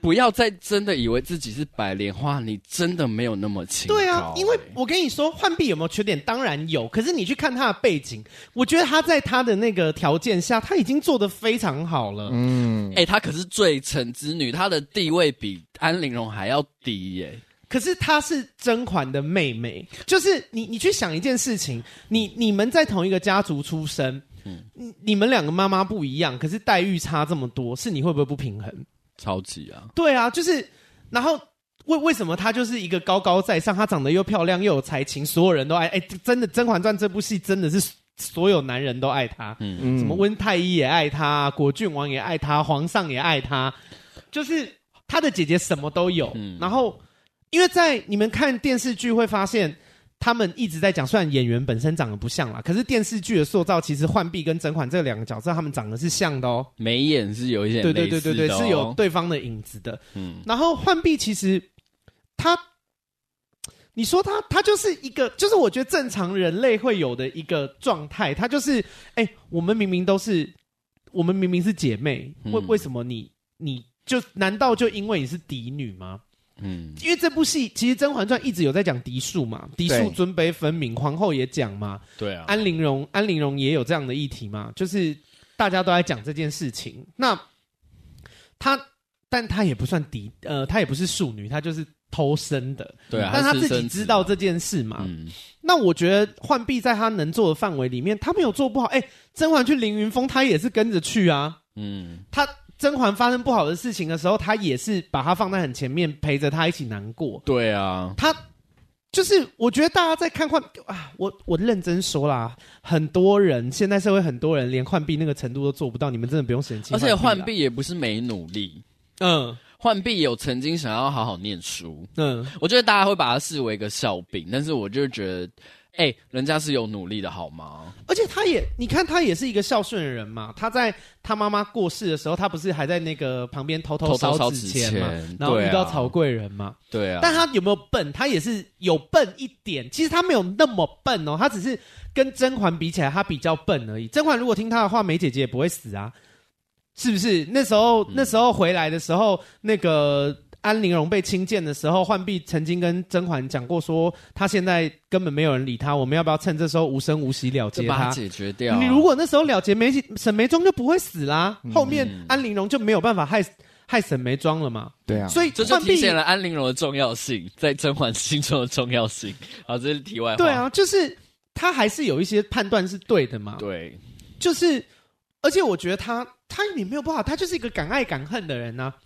C: 不要再真的以为自己是白莲花，你真的没有那么清高、哎欸
A: 对啊，因为我跟你说，浣碧有没有缺点？当然有，可是你去看他的背景，我觉得他在他的那个条件下，他已经做得非常好了。
B: 嗯，
C: 哎、她可是最臣之女，她的地位比安陵容还要低耶、
A: 可是她是甄嬛的妹妹，就是你，你去想一件事情，你你们在同一个家族出生，嗯，你们两个妈妈不一样，可是待遇差这么多，是你会不会不平衡？
C: 超级啊！
A: 对啊，就是，然后为为什么她就是一个高高在上，她长得又漂亮又有才情，所有人都爱？哎，真的《甄嬛传》这部戏真的是所有男人都爱她，
B: 嗯
A: 什么温太医也爱她，果郡王也爱她，皇上也爱她，就是她的姐姐什么都有。
C: 嗯
A: 然后，因为在你们看电视剧会发现。他们一直在讲，虽然演员本身长得不像啦，可是电视剧的塑造其实浣碧跟甄嬛这两个角色，他们长得是像的哦。
C: 眉眼是有一点
A: 对对
C: 类
A: 对
C: 似的、
A: 对
C: 哦，
A: 对，是有对方的影子的。
C: 嗯
A: 然后浣碧其实他，你说他他就是一个，就是我觉得正常人类会有的一个状态，他就是哎、我们明明都是，我们明明是姐妹，
C: 嗯
A: 为为什么你你就难道就因为你是嫡女吗？
C: 嗯，
A: 因为这部戏其实《甄嬛传》一直有在讲嫡庶嘛，嫡庶
B: 对
A: 尊卑分明，皇后也讲嘛，
C: 对啊，
A: 安陵容，安陵容也有这样的议题嘛，就是大家都在讲这件事情。那她，但她也不算嫡，呃，她也不是庶女，她就是偷生的。
C: 对啊，
A: 但她
C: 是
A: 自
C: 生
A: 己
C: 子
A: 知道这件事嘛？
C: 嗯，
A: 那我觉得浣碧在她能做的范围里面，她没有做不好。哎、甄嬛去凌云峰，她也是跟着去啊。
C: 嗯，
A: 她甄嬛发生不好的事情的时候，她也是把她放在很前面，陪着她一起难过。
C: 对啊，
A: 他就是我觉得大家在看浣啊，我我认真说啦，很多人现在社会很多人连浣碧那个程度都做不到，你们真的不用嫌弃。
C: 而且浣
A: 浣碧
C: 碧也不是没努力，
A: 啦，
C: 浣碧有曾经想要好好念书，
A: 嗯嗯嗯，
C: 我觉得大家会把她视为一个笑柄，但是我就觉得。哎、哎、人家是有努力的好吗？
A: 而且他也，你看他也是一个孝顺的人嘛。他在他妈妈过世的时候，他不是还在那个旁边偷
C: 偷偷
A: 烧
C: 烧
A: 纸
C: 纸
A: 钱嘛
C: 钱，
A: 然后
C: 对
A: 遇
C: 啊
A: 到曹贵人嘛。
C: 对啊，
A: 但他有没有笨？他也是有笨一点。其实他没有那么笨哦，他只是跟甄嬛比起来，他比较笨而已。甄嬛如果听他的话，梅姐姐也不会死啊，是不是？那时候、
C: 嗯
A: 那时候回来的时候，那个安陵容被亲见的时候，浣碧曾经跟甄嬛讲过说，她现在根本没有人理她，我们要不要趁这时候无声无息了
C: 这
A: 结
C: 把它
A: 她？
C: 解决掉啊、
A: 你如果那时候了结梅沈眉庄就不会死啦，后面
C: 嗯
A: 安陵容就没有办法害害沈眉庄了嘛。
B: 对啊，
A: 所以
C: 这就
A: 浣碧
C: 体现了安陵容的重要性，在甄嬛心中的重要性。好，这是题外话。
A: 对，啊，就是他还是有一些判断是对的嘛。，
C: 对，
A: 就是而且我觉得他他也没有不好，他就是一个敢爱敢恨的人呐、啊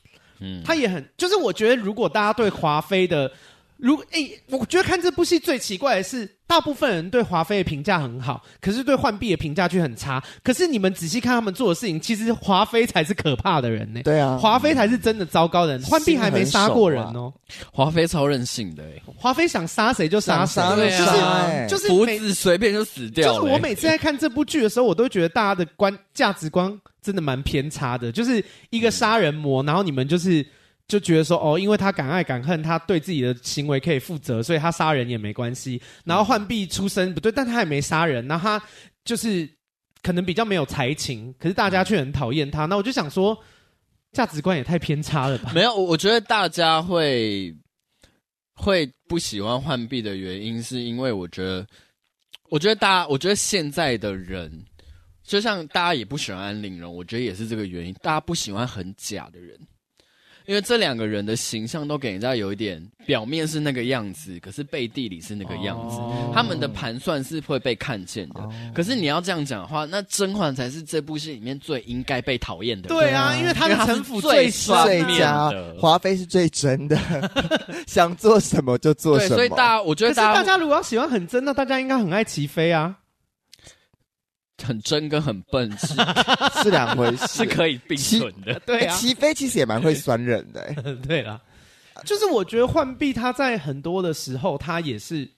C: 嗯，
A: 他也很就是我觉得如果大家对华妃的。如诶、我觉得看这部戏最奇怪的是，大部分人对华妃的评价很好，可是对浣碧的评价却很差。可是你们仔细看他们做的事情，其实华妃才是可怕的人呢、
B: 对啊，
A: 华妃才是真的糟糕的人，浣碧还没杀过人哦。
C: 华妃超任性的、欸，
A: 华妃想杀谁就杀谁，
B: 想
C: 杀就
A: 就是
C: 杀
B: 欸
A: 就是
C: 福
A: 每
C: 子随便就死掉
A: 就
C: 了、
A: 是
C: 欸
A: 我每次在看这部剧的时候，我都会觉得大家的观价值观真的蛮偏差的，就是一
C: 嗯
A: 个杀人魔，然后你们就是就觉得说哦，因为他敢爱敢恨，他对自己的行为可以负责，所以他杀人也没关系。然后浣碧出身不对，但他也没杀人，然后他就是可能比较没有才情，可是大家却很讨厌他。那我就想说，价值观也太偏差了吧？
C: 没有，我我觉得大家会会不喜欢浣碧的原因，是因为我觉得，我觉得大家，我觉得现在的人，就像大家也不喜欢安陵容，我觉得也是这个原因，大家不喜欢很假的人，因为这两个人的形象都给人家有一点，表面是那个样子，可是背地里是那个样子，
B: 哦
C: 他们的盘算是会被看见的。可是你要这样讲的话，那甄嬛才是这部戏里面最应该被讨厌的人。
A: 对啊，因为他的
C: 因为他是
A: 城府
C: 最
A: 深啊
C: 上
B: 最
C: 面
B: 佳
C: 的
B: 华妃是最真的， 想做什么就做
C: 对，
B: 什么。
C: 所以大家，我觉
A: 可
C: 得
A: 是大
C: 大家
A: 家如果要喜欢很真，那大家应该很爱齐妃啊。
C: 很真跟很笨是
B: 是两回事，
C: 是可以啊并存 的。
A: 对
B: 哎齐飞其实也蛮会酸人的、哎
A: 对
C: 啊
A: 啦，就是我觉得浣碧她在很多的时候，她也是，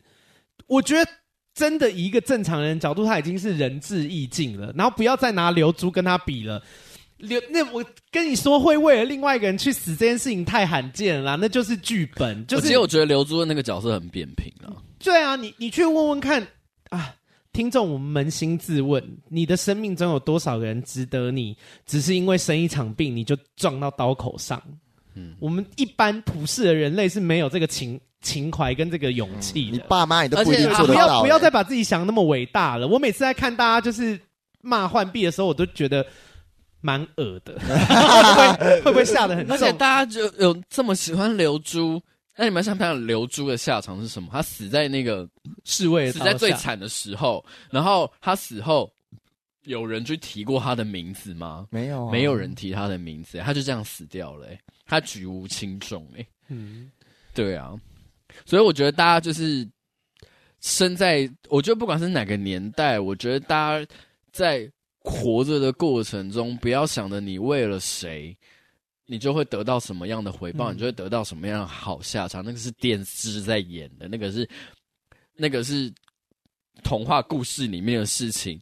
A: 我觉得真的以一个正常人角度，她已经是仁至义尽了，然后不要再拿刘珠跟她比了。刘，那我跟你说，会为了另外一个人去死这件事情太罕见了啦，那就是剧本，就
C: 我
A: 是
C: 其实我觉得刘珠的那个角色很扁平啊，
A: 对啊，你你去问问看啊，听众，我们扪心自问，你的生命中有多少个人值得你只是因为生一场病你就撞到刀口上？嗯，我们一般普世的人类是没有这个情情怀跟这个勇气
B: 你
A: 的。啊
B: 爸嗯妈你都不一定
C: 而且
B: 做
A: 不
B: 得
A: 要
B: 到、
A: 不要
B: 哎
A: 再把自己想那么伟大了。我每次在看大家就是骂浣碧的时候，我都觉得蛮恶 的，会不会会不会吓得很重？
C: 而且大家就有这么喜欢刘珠。那你们想不想刘珠的下场是什么？她死在那个
A: 侍卫
C: 死在最
A: 倒下
C: 惨的时候，然后她死后，有人去提过她的名字吗？
B: 没有、啊，
C: 没有人提她的名字，她就这样死掉了、欸。她举无轻重、欸，
A: 嗯，
C: 对啊，所以我觉得大家就是生在，我觉得不管是哪个年代，我觉得大家在活着的过程中，不要想着你为了谁，你就会得到什么样的回报，
A: 嗯
C: 你就会得到什么样的好下场。那个是电视在演的，那个是那个是童话故事里面的事情。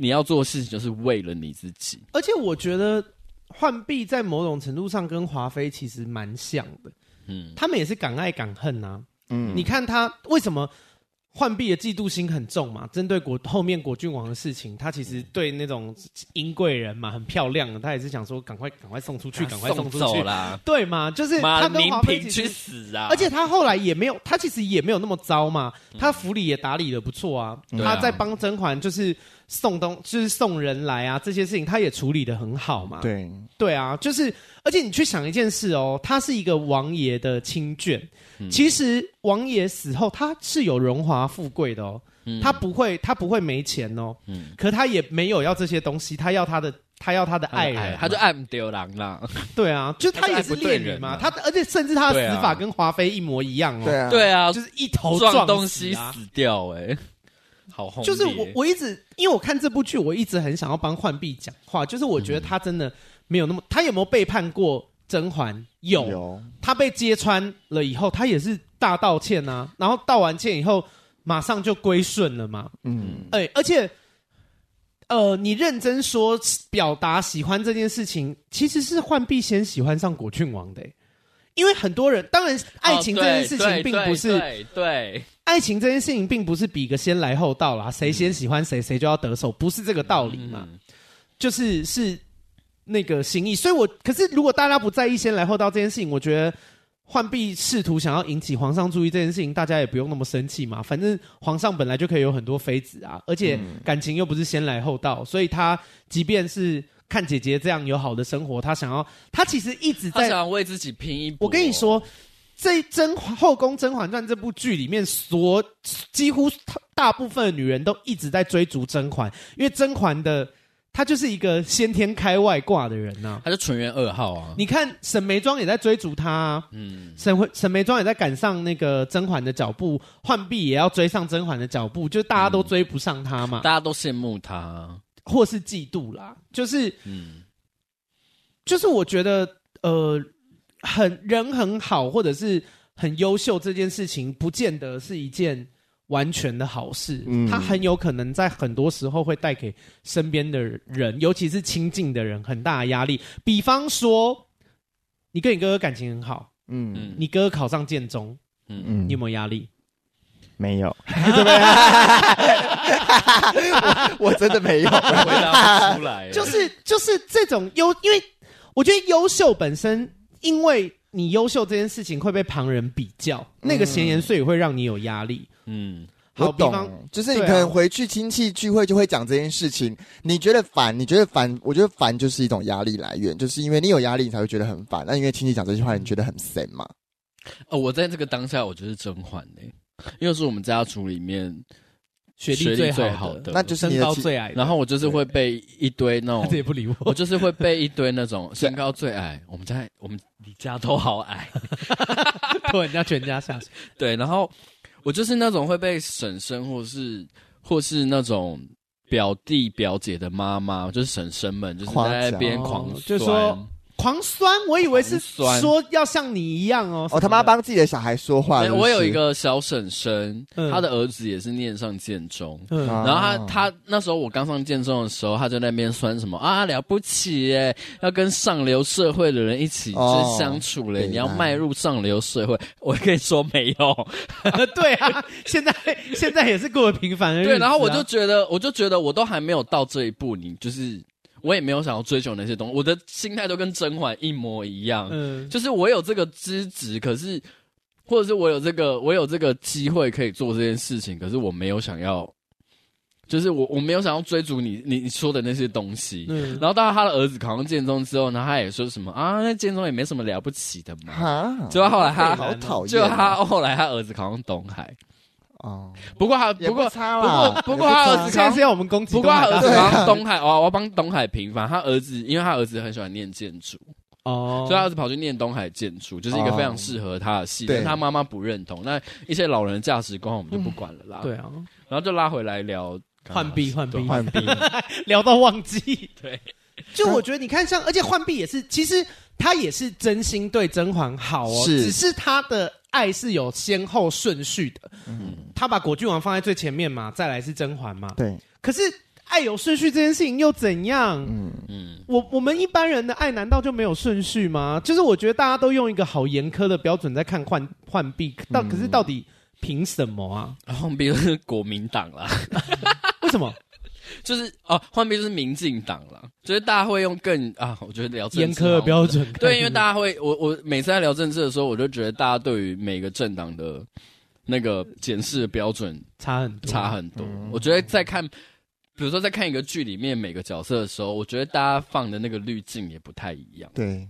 C: 你要做的事情就是为了你自己，
A: 而且我觉得浣碧在某种程度上跟华妃其实蛮像的，
C: 嗯，
A: 他们也是敢爱敢恨啊。
B: 嗯
A: 你看他为什么浣碧的嫉妒心很重嘛？针对果后面果郡王的事情，他其实对那种英贵人嘛，很漂亮的，他也是想说赶快赶快送出去，赶快送出
C: 走
A: 去。
C: 啦，
A: 对嘛？就是
C: 妈
A: 他跟
C: 宁
A: 华妃
C: 嫔
A: 其
C: 去
A: 实，
C: 死啊！嗯
A: 而且他后来也没有，他其实也没有那么糟嘛。他府里也打理的不错啊，
C: 对啊
A: 他在帮甄嬛就是送东，就是送人来啊，这些事情他也处理的很好嘛。
B: 对，
C: 嗯
A: 对啊，就是，而且你去想一件事哦，他是一个王爷的亲眷，
C: 嗯
A: 其实王爷死后他是有荣华富贵的哦，
C: 嗯
A: 他不会他不会没钱哦，
C: 嗯
A: 可他也没有要这些东西，他要他的他要他的爱人嘛，
C: 他就爱不丢人啦。
A: 对啊，就他
C: 他就
A: 也
C: 爱
A: 是
C: 不
A: 恋
C: 对
A: 人
C: 人
A: 嘛，
C: 啊
A: 他而且甚至他
C: 对
A: 的
C: 啊
A: 死法跟华妃一模一样哦，
B: 对啊，
C: 对啊，
A: 就是一头
C: 撞
A: 撞
C: 东
A: 死
C: 西
A: 啊
C: 死掉、欸，哎，好轰烈！
A: 就是我我一直因为我看这部剧，我一直很想要帮浣碧讲话，就是我觉得他真的没有那么，他有没有背叛过甄嬛？
B: 有
A: 他被揭穿了以后，他也是大道歉啊，然后道完歉以后，马上就归顺了嘛。
B: 嗯，
A: 哎、而且，呃，你认真说表达喜欢这件事情，其实是浣碧先喜欢上果郡王的、哎因为很多人，当然，爱情这件事情并不是、
C: 哦对对
A: 爱情这件事情并不是比个先来后到啦，谁先喜欢谁谁就要得手，不是这个道理嘛，就是是那个心意。所以我可是如果大家不在意先来后到这件事情，我觉得浣碧试图想要引起皇上注意这件事情，大家也不用那么生气嘛，反正皇上本来就可以有很多妃子啊，而且感情又不是先来后到，所以他即便是看姐姐这样有好的生活，他想要他其实一直
C: 他
A: 在
C: 想为自己拼一搏。
A: 我跟你，说，这《甄嬛后宫甄嬛传》这部剧里面所，几乎大部分的女人都一直在追逐甄嬛，因为甄嬛的她就是一个先天开外挂的人呐、
C: 他是纯元二号啊。
A: 你看沈眉庄也在追逐她、啊，
C: 嗯，
A: 沈慧沈眉庄也在赶上那个甄嬛的脚步，浣碧也要追上甄嬛的脚步，就大家都追不上她嘛，
C: 大家都羡慕他。
A: 或是嫉妒啦，就是
C: 嗯，
A: 就是我觉得呃，很人很好或者是很优秀这件事情，不见得是一件完全的好事。
B: 嗯
A: 它很有可能在很多时候会带给身边的人，尤其是亲近的人，很大的压力。比方说，你跟你哥哥感情很好，
B: 嗯
C: 嗯
A: 你哥哥考上建中，
C: 嗯，
B: 嗯
A: 你有没有压力？
B: 没 有，我我真的没有。
C: 回答不 出来，
A: 就是就是这种优，因为我觉得优秀本身，因为你优秀这件事情会被旁人比较，那个闲言碎语会让你有压力。
C: 嗯，
A: 好，
B: 我
A: 比方
B: 懂，就是你
A: 对啊
B: 可能回去亲戚聚会就会讲这件事情，你觉得烦，你觉得烦，我觉得烦就是一种压力来源，就是因为你有压力，你才会觉得很烦。那因为亲戚讲这句话，你觉得很神嘛？
C: 哦，我在这个当下，我就是甄嬛嘞，因为是我们家族里面
A: 学历
C: 历
A: 最
C: 最
A: 好的
C: 的，
B: 那就是你
A: 身
B: 的
A: 高
B: 亲
A: 最矮的，
C: 然后我就是会被一堆那
A: 他自己
C: 种，
A: 不理
C: 我
A: 我，
C: 就是会被一堆那种身高最矮，我们家我们你家都好矮，
A: 拖人家全家下 水。
C: 对，然后我就是那种会被婶婶或是或是那种。表弟表姐的妈妈就是婶婶们，就是
B: 夸
C: 在那
B: 奖
C: 边
A: 哦
C: 狂
A: 就
C: 酸
A: 说狂酸，我以为是
C: 狂酸
A: 说要像你一样哦。
B: 哦，他妈帮自己的小孩说话。
C: 哎
B: 是不是
C: 我有一，个小婶婶，
A: 嗯
C: 她的儿子也是念上建中，
A: 什么的，嗯，
B: 啊
C: 然后他他那时候我刚上建中的时候，他就在那边酸什么啊了不起耶，要跟上流社会的人一起
B: 哦
C: 就是相处嘞，
B: 对
C: 你要
B: 啦
C: 迈入上流社会。我跟你说没有，
A: 对啊，现在现在也是过得平凡的日子啊。
C: 对，然后我就觉得我就觉得我都还没有到这一步，你就是我也没有想要追求那些东西，我的心态都跟甄嬛一模一样，
A: 嗯，
C: 就是我有这个资质，可是或者是我有这个我有这个机会可以做这件事情，可是我没有想要。就是我，我没有想要追逐你你你说的那些东西，
A: 嗯
C: 然后到他的儿子考上建中之后呢，他也说什么啊，那建中也没什么了不起的嘛。
B: 哈，
C: 结果后来
A: 啊
C: 他，
B: 好讨厌哦，
C: 就他后来他儿子考上东海，
B: 哦，
C: 不过他
B: 也
C: 不
B: 不
C: 过
B: 差
C: 不过
B: 啦，
C: 不过他儿
A: 现
C: 子
A: 在
C: 考
A: 是。要我们攻击
C: 不
A: 东
C: 过他
A: 海大
C: 儿
A: 学，
C: 子
B: 对
C: 考
B: 啊
C: 上东海，哦，我要帮东海平反。他儿子，因为他儿子很喜欢念建筑，
A: 哦，
C: 所以他儿子跑去念东海建筑，就是一个非常适合他的系。
B: 对
A: 哦
C: 但他妈妈不认同，那一些老人的价值观我们就不管了啦。
A: 对，啊，
C: 然后就拉回来聊
A: 浣碧浣碧
C: 对
B: 换兵，
A: 聊到忘记。
C: 对，
A: 就我觉得你看像，而且浣碧也是，其实他也是真心对甄嬛好哦，
B: 是
A: 只是他的爱是有先后顺序的。他把果郡王放在最前面嘛，再来是甄嬛嘛。
B: 对，
A: 可是爱有顺序这件事情又怎样？
B: 嗯，
C: 嗯，
A: 我我们一般人的爱难道就没有顺序吗？就是我觉得大家都用一个好严苛的标准在看浣浣碧，到可是到底凭什么啊？
C: 然后比如 是国民党啦，
A: 为什么？
C: 就是哦，换边就是民进党了，就是大家会用更啊，我觉得聊政
A: 严
C: 治
A: 苛的标
C: 好像。
A: 准？
C: 对，因为大家会，我我每次在聊政治的时候，我就觉得大家对于每个政党的那个检视的标准
A: 差很多，
C: 差很多。
A: 嗯
C: 我觉得在看，比如说在看一个剧里面每个角色的时候，我觉得大家放的那个滤镜也不太一样。
B: 对，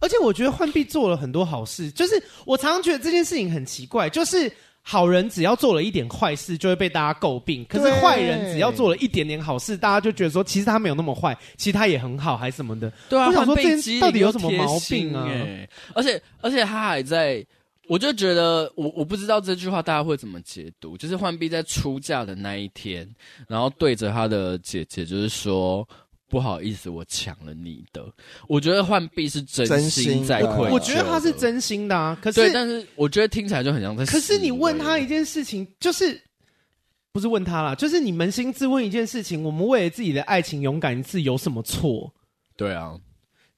A: 而且我觉得浣碧做了很多好事，就是我常常觉得这件事情很奇怪，就是好人只要做了一点坏事就会被大家诟病，可是
B: 对
A: 坏人只要做了一点点好事，大家就觉得说其实他没有那么坏，其实他也很好，还什么的。
C: 对啊，
A: 我想说
C: 换背
A: 这
C: 机
A: 到底
C: 又
A: 有什么
C: 贴
A: 毛
C: 心
A: 病啊
C: 欸而且而且他还在，我就觉得我我不知道这句话大家会怎么解读，就是浣碧在出嫁的那一天，然后对着他的姐姐就是说。不好意思，我抢了你的。我觉得浣碧是真
B: 真
C: 心
B: 心
C: 在
B: 的
C: 愧疚
A: 我觉得他是
C: 的
A: 真心的啊，可
C: 对，
A: 是
C: 但是我觉得听起来就很像在示威。欸
A: 可是你问他一件事情，就是不是问他啦，就是你扪心自问一件事情：我们为了自己的爱情勇敢一次有什么错？
C: 对啊，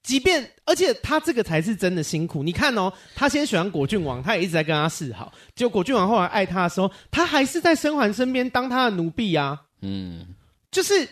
A: 即便，而且他这个才是真的辛苦。你看哦，他先喜欢果郡王，他也一直在跟他示好。结果果郡王后来爱他的时候，他还是在生还身边当他的奴婢啊，
C: 嗯，
A: 就是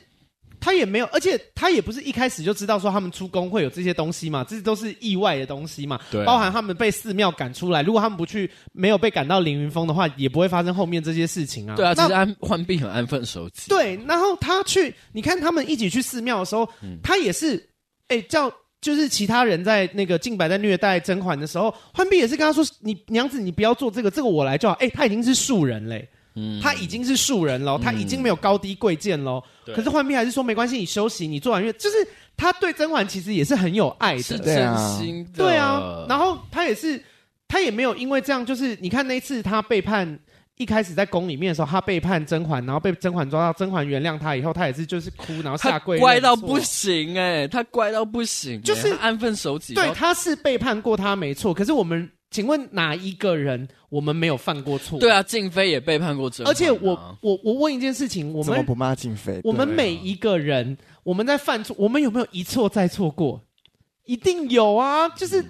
A: 他也没有，而且他也不是一开始就知道说他们出宫会有这些东西嘛，这都是意外的东西嘛。
C: 对啊
A: 包含他们被寺庙赶出来，如果他们不去，没有被赶到凌云峰的话，也不会发生后面这些事情啊。
C: 对啊，其
A: 那
C: 实安浣碧很安分守己。，
A: 对，然后他去，你看他们一起去寺庙的时候，
C: 嗯
A: 他也是，哎、叫就是其他人在那个靖白在虐待甄嬛的时候，浣碧也是跟他说：“你娘子，你不要做这个，这个我来就好。哎，他已经是庶人嘞，
C: 嗯
A: 他已经是庶人喽，他已经没有高低贵贱喽。
C: 对
A: 可是浣碧还是说：“没关系，你休息，你做完月。”就是他对甄嬛其实也是很有爱的，
C: 是
B: 对
C: 真
B: 啊
C: 心的。
A: 对啊，然后他也是，他也没有因为这样，就是你看那一次他背叛，一开始在宫里面的时候，他背叛甄嬛，然后被甄嬛抓到，甄嬛原谅他以后，他也是就是哭，然后
C: 他
A: 哦下跪，
C: 乖到不。行哎、他乖到不行欸、
A: 就是
C: 他安分守己。哦
A: 对，
C: 然后
A: 他是背叛过他没错，可是我们，请问哪一个人我们没有犯过错？
C: 对，啊，静妃也背叛过甄嬛啊、
A: 而且我我我问一件事情，我
B: 怎么
A: 们
B: 不骂静妃？
A: 我们
C: 对啊
A: 每一个人，我们在犯错，我们有没有一错再错过？一定有啊，就是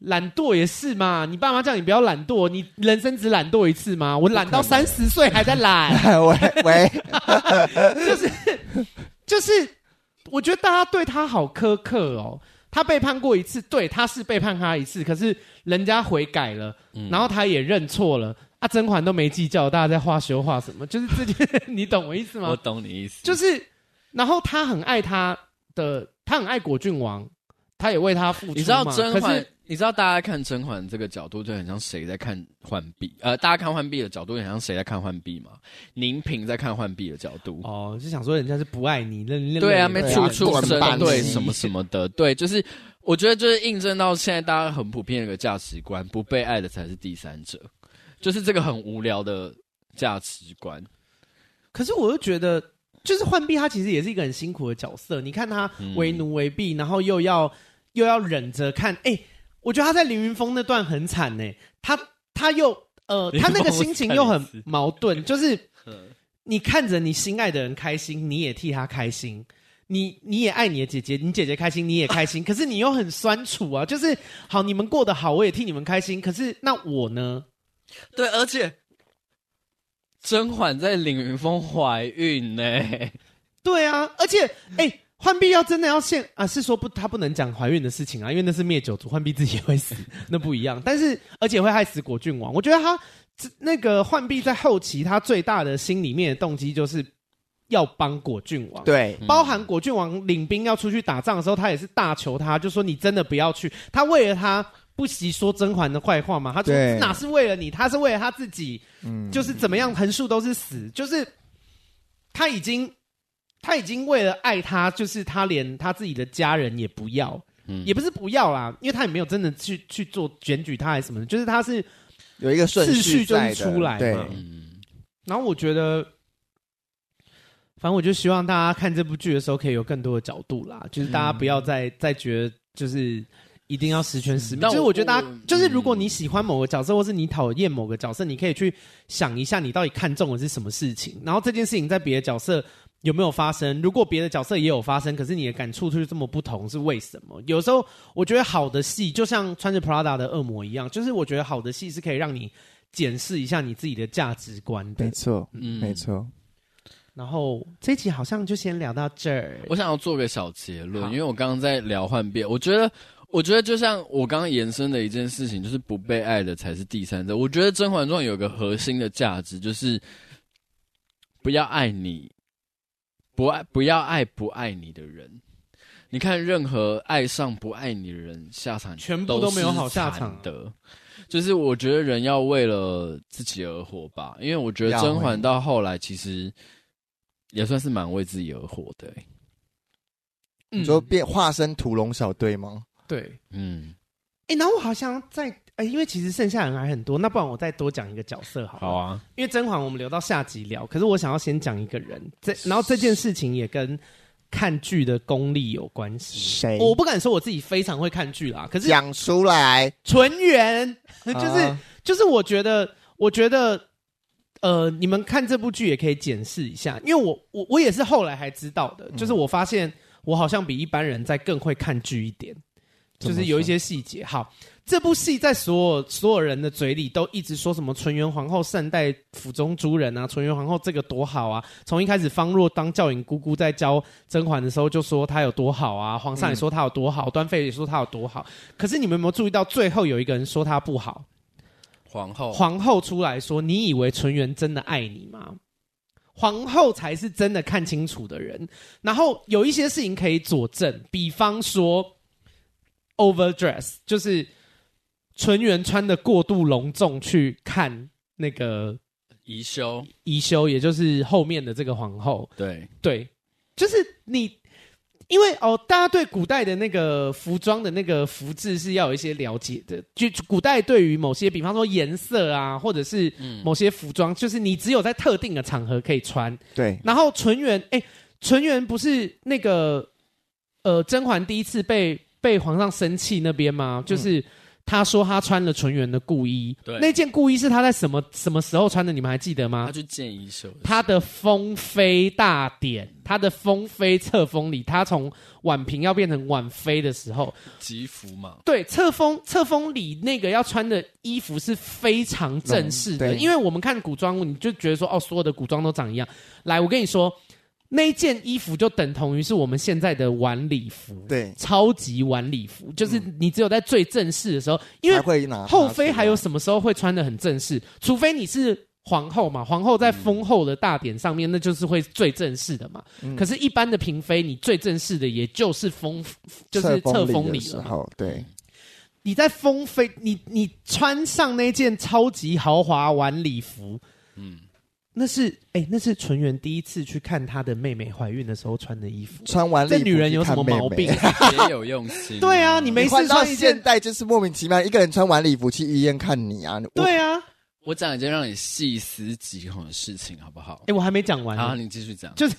A: 懒惰也是嘛。你爸妈叫你不要懒惰，你人生只懒惰一次吗？我懒到
B: 不可
A: 三十岁还在懒，
B: 喂喂，
A: 就是我觉得大家对他好苛刻哦。他背叛过一次，对，他是背叛他一次，可是人家悔改了，然后他也认错了。啊，甄嬛都没计较，大家在画修画什么？就是这件， 你懂我意思吗？
C: 我懂你意思，
A: 就是，然后他很爱他的，他很爱果郡王，他也为他付出嘛。
C: 你知道甄
A: 可
C: 嬛
A: 是，
C: 你知道大家看甄嬛这个角度就很像谁在看浣碧，呃，大家看浣碧的角度很像谁在看浣碧嘛？宁嫔在看浣碧的角度，
A: 哦，就想说人家是不爱你，那那
C: 对啊，
A: 那
C: 没
A: 也
B: 对
A: 不爱
C: 处
B: 啊
A: 你
C: 处
B: 做人
C: 针
B: 霸
C: 对
B: 气
C: 什么什么的，对，就是我觉得就是印证到现在大家很普遍的一个价值观，不被爱的才是第三者，就是这个很无聊的价值观。
A: 可是我又觉得，就是浣碧她其实也是一个很辛苦的角色。你看她
C: 嗯
A: 为奴为婢，然后又要又要忍着看。哎、我觉得她在凌云峰那段很惨呢、她她又呃，
C: 凌云
A: 她
C: 峰
A: 那个心情又
C: 我看
A: 很
C: 了一次
A: 矛盾，就是你看着你心爱的人开心，你也替他开心。你你也爱你的姐姐，你姐姐开心，你也开心，可是你又很酸楚啊！就是好，你们过得好，我也替你们开心，可是那我呢？
C: 对，而且甄嬛在凌云峰怀孕呢、
A: 对啊，而且哎，浣、碧要真的要现啊，是说不，她不能讲怀孕的事情啊，因为那是灭九族，浣碧自己也会死，那不一样。 但是而且会害死果郡王，我觉得她这那个浣碧在后期，她最大的心里面的动机就是要帮果郡王。
B: 对，
A: 包含果郡王领兵要出去打仗的时候，他也是大求他，就说你真的不要去。他为了他不惜说甄嬛的坏话嘛，他说
B: 对
A: 哪是为了你，他是为了他自己，
B: 嗯，
A: 就是怎么样横竖都是死，就是他已经他已经为了爱他，就是他连他自己的家人也不要，
C: 嗯
A: 也不是不要啦，因为他也没有真的去去做检举他还是什么的，就是他是。
B: 有一个顺
A: 次序就是
B: 在的
A: 出来嘛
B: 对，
C: 嗯，
A: 然后我觉得，反正我就希望大家看这部剧的时候可以有更多的角度啦，就是大家不要再、再觉得就是一定要十全十美。
C: 但
A: 就是
C: 我
A: 我觉得大家
C: 我，
A: 就是如果你喜欢某个角色，或是你讨厌某个角色，你可以去想一下你到底看中的是什么事情，然后这件事情在别的角色。有没有发生？如果别的角色也有发生，可是你的感触就是这么不同，是为什么？有时候我觉得好的戏就像穿着 Prada 的恶魔一样，就是我觉得好的戏是可以让你检视一下你自己的价值观的
B: 没。错，
C: 嗯
B: 没错，
A: 然后这一集好像就先聊到这儿。
C: 我想要做个小结论，
A: 好
C: 因为我刚刚在聊幻变，我觉得，我觉得就像我刚刚延伸的一件事情，就是不被爱的才是第三者。我觉得《甄嬛传》有个核心的价值，就是不要爱你，不爱不要爱不爱你的人。你看，任何爱上不爱你的人，下场
A: 全部都没有好下
C: 都是
A: 场啊
C: 惨的。就是我觉得人要为了自己而活吧，因为我觉得
B: 要
C: 甄嬛到后来其实也算是蛮为自己而活的、欸
A: 嗯
B: 你说变化身屠龙小队吗？
A: 对，
C: 嗯。
A: 哎，然后我好像在，哎，因为其实剩下人还很多，那不然我再多讲一个角色好了。
C: 好啊，
A: 因为甄嬛我们留到下集聊，可是我想要先讲一个人，这然后这件事情也跟看剧的功力有关系。
B: 谁
A: 我不敢说我自己非常会看剧啦，可是
B: 讲出来？
A: 纯元 就是、
B: 啊
A: 就是我觉得，我觉得，呃，你们看这部剧也可以检视一下，因为我我我也是后来才知道的，
B: 嗯
A: 就是我发现我好像比一般人在更会看剧一点，就
B: 怎么
A: 是有一些细节。好，这部戏在所有所有人的嘴里都一直说什么纯元皇后善待府中诸人啊，纯元皇后这个多好啊。从一开始方若当教引姑姑在教甄嬛的时候就说她有多好啊，皇
B: 嗯
A: 上也说她有多好，端妃也说她有多好。可是你们有没有注意到最后有一个人说她不好？
C: 皇后，
A: 皇后出来说：“你以为纯元真的爱你吗？”皇后才是真的看清楚的人。然后有一些事情可以佐证，比方说 overdress，就是纯元穿的过度隆重去看那个
C: 宜修，
A: 宜修，也就是后面的这个皇后。
C: 对，
A: 对，就是你，因为哦，大家对古代的那个服装的那个服制是要有一些了解的。就古代对于某些，比方说颜色啊，或者是某些服装，就是你只有在特定的场合可以穿。
B: 对，
A: 然后纯元，哎，纯元不是那个呃，甄嬛第一次被被皇上生气那边吗？就是。他说他穿了纯元的故衣，
C: 对
A: 那件故衣是他在什么什么时候穿的？你们还记得吗
C: 她？去见宜修的时候，
A: 他的风飞大典，他的风飞册封里，他从婉平要变成婉妃的时候，
C: 吉福嘛，
A: 对册封册封里那个要穿的衣服是非常正式的，
B: 嗯对
A: 因为我们看古装，你就觉得说哦，所有的古装都长一样。来，我跟你说，那一件衣服就等同于是我们现在的晚礼服，
B: 对嗯
A: 超级晚礼服，就是你只有在最正式的时候，因为
B: 还会拿
A: 后妃还有
B: 拿出
A: 什么时候会穿的很正式？除非你是皇后嘛，皇后在封后的大典上面，那就是会最正式的嘛。
B: 嗯
A: 可是，一般的嫔妃，你最正式的也就是封，就
B: 来
A: 是册封礼
B: 礼的时
A: 了嘛。
B: 候，对，
A: 你在封妃，你你穿上那件超级豪华晚礼服，嗯
C: 嗯，
A: 那是哎、那是纯元第一次去看她的妹妹怀孕的时候穿的衣服。
B: 穿完
A: 这
B: 礼服
A: 女人有
B: 去
A: 什
B: 看
A: 么
B: 妹妹
A: 毛 病？？
C: 也有用心，
A: 对啊，你没
B: 你
A: 事
B: 换到
A: 穿一
B: 现
A: 件，
B: 代就是莫名其妙，一个人穿晚礼服去医院看你啊！我
A: 对啊，
C: 我讲一件让你细思极恐的事情，好不好
A: 哎、？我还没讲完呢、
C: 好，你继续讲，
A: 就是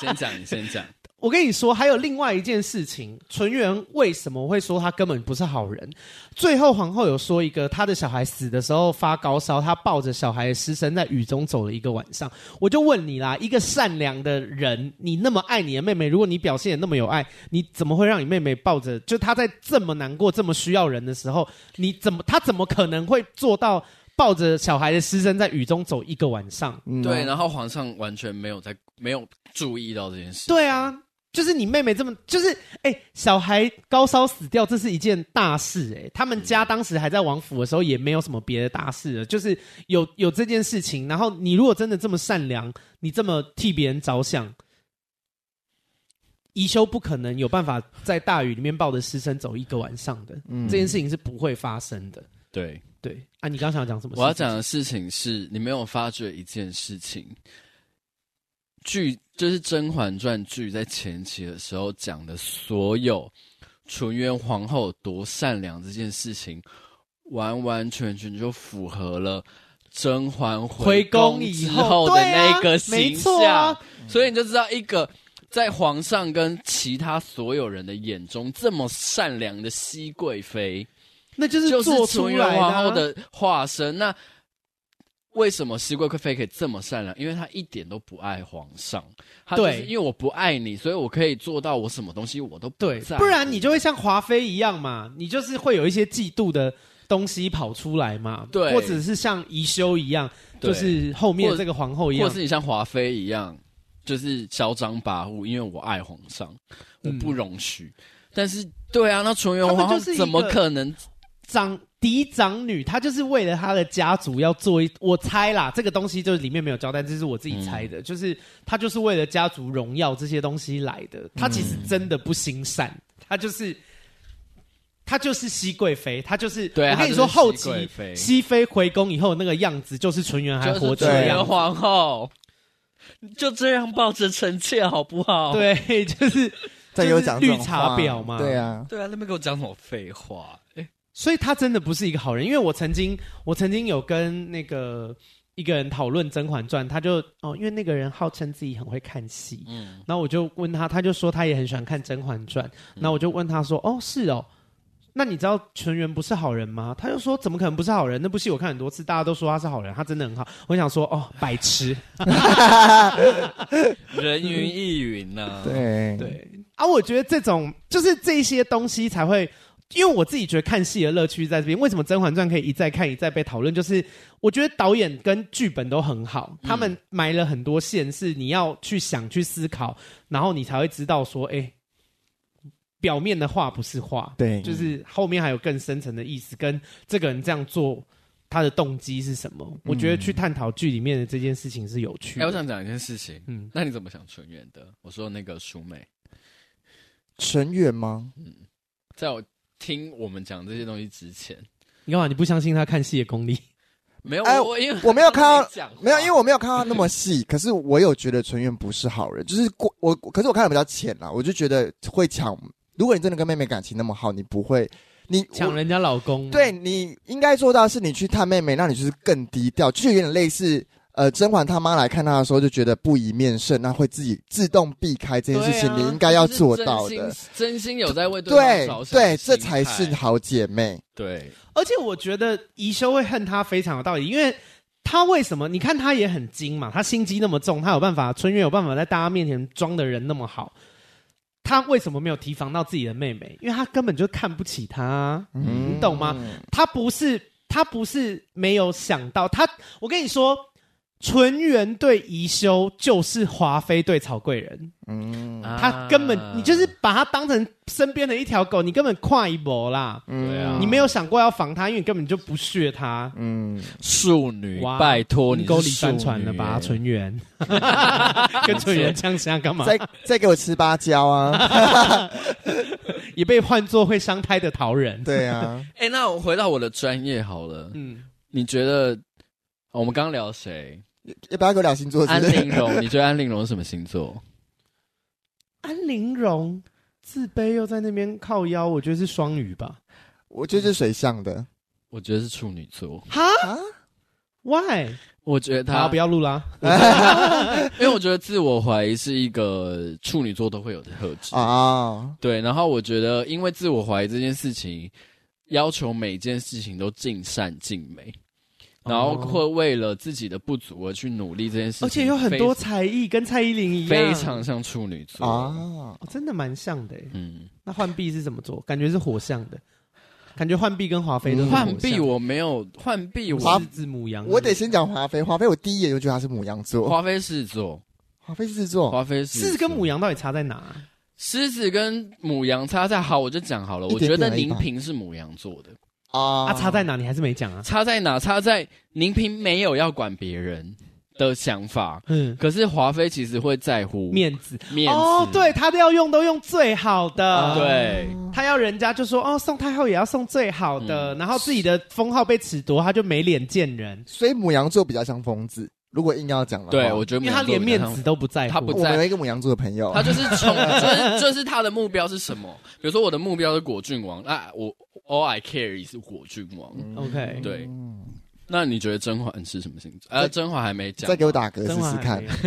C: 先讲， 你先 讲，
A: 我跟你说，还有另外一件事情，纯元为什么会说他根本不是好人？最后皇后有说一个，他的小孩死的时候发高烧，他抱着小孩的尸身在雨中走了一个晚上。我就问你啦，一个善良的人，你那么爱你的妹妹，如果你表现的那么有爱，你怎么会让你妹妹抱着？就她在这么难过、这么需要人的时候，你怎么她怎么可能会做到抱着小孩的尸身在雨中走一个晚上？
B: 嗯
C: 对，然后皇上完全没有在，没有注意到这件事，
A: 对啊，就是你妹妹这么，就是哎、小孩高烧死掉，这是一件大事哎、他们
C: 嗯
A: 家当时还在王府的时候，也没有什么别的大事了，就是有有这件事情。然后你如果真的这么善良，你这么替别人着想。宜修不可能有办法在大雨里面抱着师生走一个晚上的，
B: 嗯
A: 这件事情是不会发生的。
C: 对。
A: 对啊，你刚刚想要讲什么事情？
C: 我要讲的事情是，你没有发觉一件事情，剧就是《甄嬛传》剧在前期的时候讲的所有纯元皇后有多善良这件事情，完完全全就符合了。甄嬛
A: 回宫
C: 宫
A: 以
C: 之
A: 后
C: 的
A: 对啊
C: 那个
A: 没
C: 形
A: 错
C: 象，
A: 啊
C: 所以你就知道一个在皇上跟其他所有人的眼中这么善良的熹贵妃，
A: 那就是
C: 就是
A: 做出
C: 纯
A: 来的、
C: 元
A: 啊、
C: 皇后的化身。那为什么熹贵妃可以这么善良？因为她一点都不爱皇上，她就是
A: 对
C: 因为我不爱你，所以我可以做到我什么东西我都不
A: 对，
C: 在乎
A: 不然你就会像华妃一样嘛，你就是会有一些嫉妒的东西跑出来嘛，
C: 对
A: 或者是像宜修一样，
C: 对
A: 就是后面这个皇后一
C: 或
A: 样
C: 者，是你像华妃一样，就是嚣张跋扈，因为我爱皇上，我
A: 嗯
C: 不容许。但是对啊，那纯元
A: 他们
C: 皇后
A: 就是一
C: 怎么
A: 个
C: 可能？
A: 长嫡长女，她就是为了她的家族要做一，我猜啦，这个东西就是里面没有交代，这是我自己猜
C: 嗯
A: 的，就是她就是为了家族荣耀这些东西来的，她其实真的不心善，
C: 嗯
A: 她就是。她就是熹贵妃，她就是
C: 对
A: 我
C: 她
A: 跟你
C: 就是
A: 说，后
C: 熹
A: 期
C: 贵妃
A: 熹妃回宫以后那个样子，就是纯元还
C: 就是
A: 活着
C: 纯
A: 的
B: 对
A: 样
C: 元
A: 子。
C: 皇后就这样抱着臣妾好不好？
A: 对， 就是
B: 再有讲这种
A: 绿茶婊嘛
B: 话对啊，
C: 对啊，那边给我讲什么废话？
A: 所以他真的不是一个好人，因为我曾经我曾经有跟那个一个人讨论《甄嬛传》，他就哦，因为那个人号称自己很会看戏，
C: 嗯，
A: 然后我就问他，他就说他也很喜欢看《甄嬛传》，然后我就问他说，哦，是哦，那你知道全员不是好人吗？他就说怎么可能不是好人？那部戏我看很多次，大家都说他是好人，他真的很好。我想说哦，白痴。
C: 人云亦云呐。
B: 对，
A: 对啊，我觉得这种就是这些东西才会，因为我自己觉得看戏的乐趣在这边。为什么《甄嬛传》可以一再看一再被讨论？就是我觉得导演跟剧本都很好，他们埋了很多线，是你要去想、去思考，然后你才会知道说，哎、表面的话不是话，
B: 对
A: 就是后面还有更深层的意思，跟这个人这样做。他的动机是什么？我觉得去探讨剧里面的这件事情是有趣
C: 哎，我
A: 的。
C: 想讲一件事情，
A: 嗯，
C: 那你怎么想纯元的？我说那个淑美，
B: 纯 远吗？
C: 在我听我们讲这些东西之前，
A: 你干嘛？你不相信他看戏的功力？
C: 没有
B: 哎
C: 我，因为
B: 我没有看到
C: 他讲话
B: 没有，因为我没有看到他那么细，可是我有觉得纯远不是好人，就是过我，可是我看的比较浅啦，我就觉得会抢。如果你真的跟妹妹感情那么好，你不会，你我
A: 抢人家老公？
B: 对你应该做到是你去探妹妹，那你就是更低调，就是有点类似呃甄嬛她妈来看她的时候就觉得不宜面圣，那会自己自动避开这件事情，
C: 对啊
B: 你应该要做到
C: 就是真
B: 的。
C: 心，真心有在为
B: 对
C: 对方着想
B: 对，
C: 的心
B: 这
C: 态，
B: 才是好姐妹。
C: 对。
A: 而且我觉得宜修会恨他非常有道理，因为他为什么？你看他也很精嘛，他心机那么重，他有办法，春月有办法在大家面前装的人那么好，他为什么没有提防到自己的妹妹？因为他根本就看不起她啊、
B: 嗯
A: 你懂吗？他不是他不是没有想到，他我跟你说，纯元对宜修就是华妃对曹贵人。
B: 嗯，
A: 他根本
C: 啊
A: 你就是把他当成身边的一条狗，你根本跨一步啦，
C: 对啊
A: 嗯你没有想过要防他，因为你根本就不屑他。
B: 嗯，
C: 庶女
A: 哇，
C: 拜托你
A: 沟
C: 是
A: 里
C: 庶
A: 翻
C: 女
A: 船了吧，
C: 欸
A: 纯 元，跟纯元呛香干嘛？
B: 再再给我吃芭蕉啊！
A: 也被换作会伤胎的桃人。
B: 对啊，
C: 哎、那我回到我的专业好了，
A: 嗯，
C: 你觉得哦我们刚刚聊谁？
B: 要不要给我聊星座？是
C: 安
B: 不是
C: 陵容，你觉得安陵容是什么星座？
A: 安陵容自卑又在那边靠腰，我觉得是双鱼吧。
B: 我就是水象的
C: 我觉得是处女座。
A: 哈
B: 啊，
A: ，Why？
C: 我觉得
A: 好，
C: 他
A: 不，要录啦。
C: 因为我觉得自我怀疑是一个处女座都会有的特质。
B: 啊，
C: 对，然后我觉得因为自我怀疑这件事情，要求每件事情都尽善尽美。然后会为了自己的不足而去努力这件事情，
A: 哦而且有很多才艺，跟蔡依林一样，啊
C: 非非常像处女座
B: 啊，
A: 哦真的蛮像的欸。
C: 嗯，
A: 那浣碧是怎么做？感觉是火象的，感觉嗯浣碧跟华妃都是火象
C: 浣碧我没有，浣碧
A: 华
C: 我
A: 是字母羊，
B: 我得先讲华妃，华妃我第一眼就觉得她是母羊座，
C: 华妃狮子座，
B: 华妃狮子座，
C: 华妃
A: 狮
C: 狮
A: 子跟母
C: 羊，
A: 羊到底差在哪啊、
C: 狮子跟母羊差在好，我就讲好了，
B: 一
C: 我
B: 点
C: 觉
B: 点
C: 得
B: 而已吧
C: 宁嫔是母羊座的，
B: 啊
A: 啊，差在哪？你还是没讲啊？
C: 差在哪？差在宁嫔没有要管别人的想法，
A: 嗯，
C: 可是华妃其实会在乎
A: 面子
C: 面子，
A: 哦，对，他都要用都用最好的，
B: 啊
C: 对，
A: 他要人家就说哦，送太后也要送最好
C: 嗯
A: 的，然后自己的封号被褫夺，他就没脸见人，
B: 所以母羊座比较像疯子。如果硬要讲的话，
C: 对，我觉得
A: 哦因为
C: 母羊
A: 他
C: 座
A: 连
C: 比较
A: 面
C: 像
A: 子都不在乎，
C: 他不
B: 我们有一个母羊座的朋友，
C: 他就是从 就是就是他的目标是什么？比如说我的目标是果郡王，那我 all I care 是果郡王。
B: 嗯
A: OK，
C: 对，那你觉得甄嬛是什么星座？呃，甄嬛还没讲，
B: 再给我打嗝
A: 真啊哎
B: 试试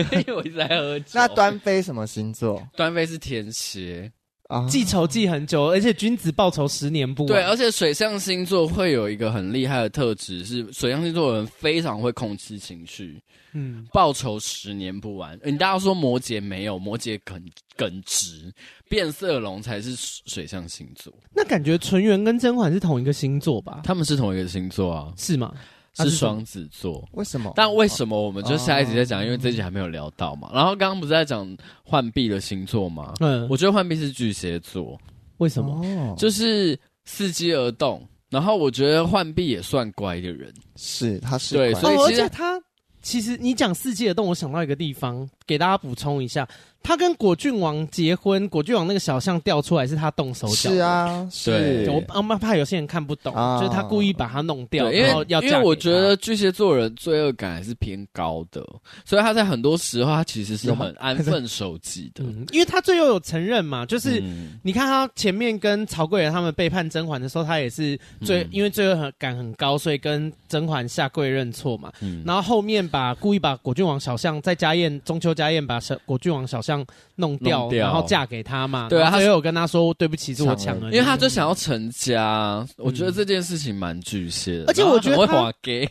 B: 看。
C: 因为我一直在喝酒。
B: 那端妃什么星座
C: 端妃是天蝎，
B: 啊？
A: 记仇记很久，而且君子报仇十年不晚。
C: 对，而且水象星座会有一个很厉害的特质，是水象星座的人非常会控制情绪，
A: 嗯，
C: 报仇十年不晚。你大家说摩羯没有，摩羯耿耿直，变色龙才是水象星座，
A: 那感觉纯元跟甄嬛是同一个星座吧？
C: 他们是同一个星座啊，
A: 是吗？他
C: 是
A: 是什么哦
C: 双子座。
B: 为什么？
C: 但为什么我们就下一集再讲？因为这一集还没有聊到嘛。然后刚刚不是在讲浣碧的星座吗？
A: 嗯，
C: 我觉得浣碧是巨蟹座，
A: 为什么？
B: 哦，
C: 就是伺机而动。然后我觉得浣碧也算乖的人，
B: 是他是
C: 对
B: 乖
C: 所以
A: 哦，而
C: 其实
A: 且他其实你讲世界的洞，我想到一个地方，给大家补充一下，他跟果郡王结婚，果郡王那个小象掉出来是他动手脚，
B: 是，啊，
C: 对
B: 是
A: 我我蛮怕有些人看不懂，
B: 啊
A: 就是他故意把它弄掉，
C: 对，因
A: 然后
C: 为
A: 要
C: 因为我觉得巨蟹座人罪恶感还是偏高的，所以他在很多时候他其实是
B: 有吗
C: 很安分守己的
A: 嫁给他。 嗯，因为他最后有承认嘛，就是。
C: 嗯
A: 你看他前面跟曹贵人他们背叛甄嬛的时候，他也是罪，
C: 嗯
A: 因为罪恶感很高，所以跟甄嬛下跪认错嘛。
C: 嗯
A: 然后后面把故意把果郡王小象在家宴中秋家宴把小果郡王小象上弄掉，
C: 弄掉
A: 然后嫁给他嘛。
C: 对啊
A: 然后
C: 他
A: 最后有跟他说对不起，是我抢
B: 抢
A: 了
B: 了
A: 你，
C: 因为他就想要成家，我觉得这件事情蛮巨蟹的，
A: 而且我觉得
C: 然后
A: 他
C: 很会滑 gay，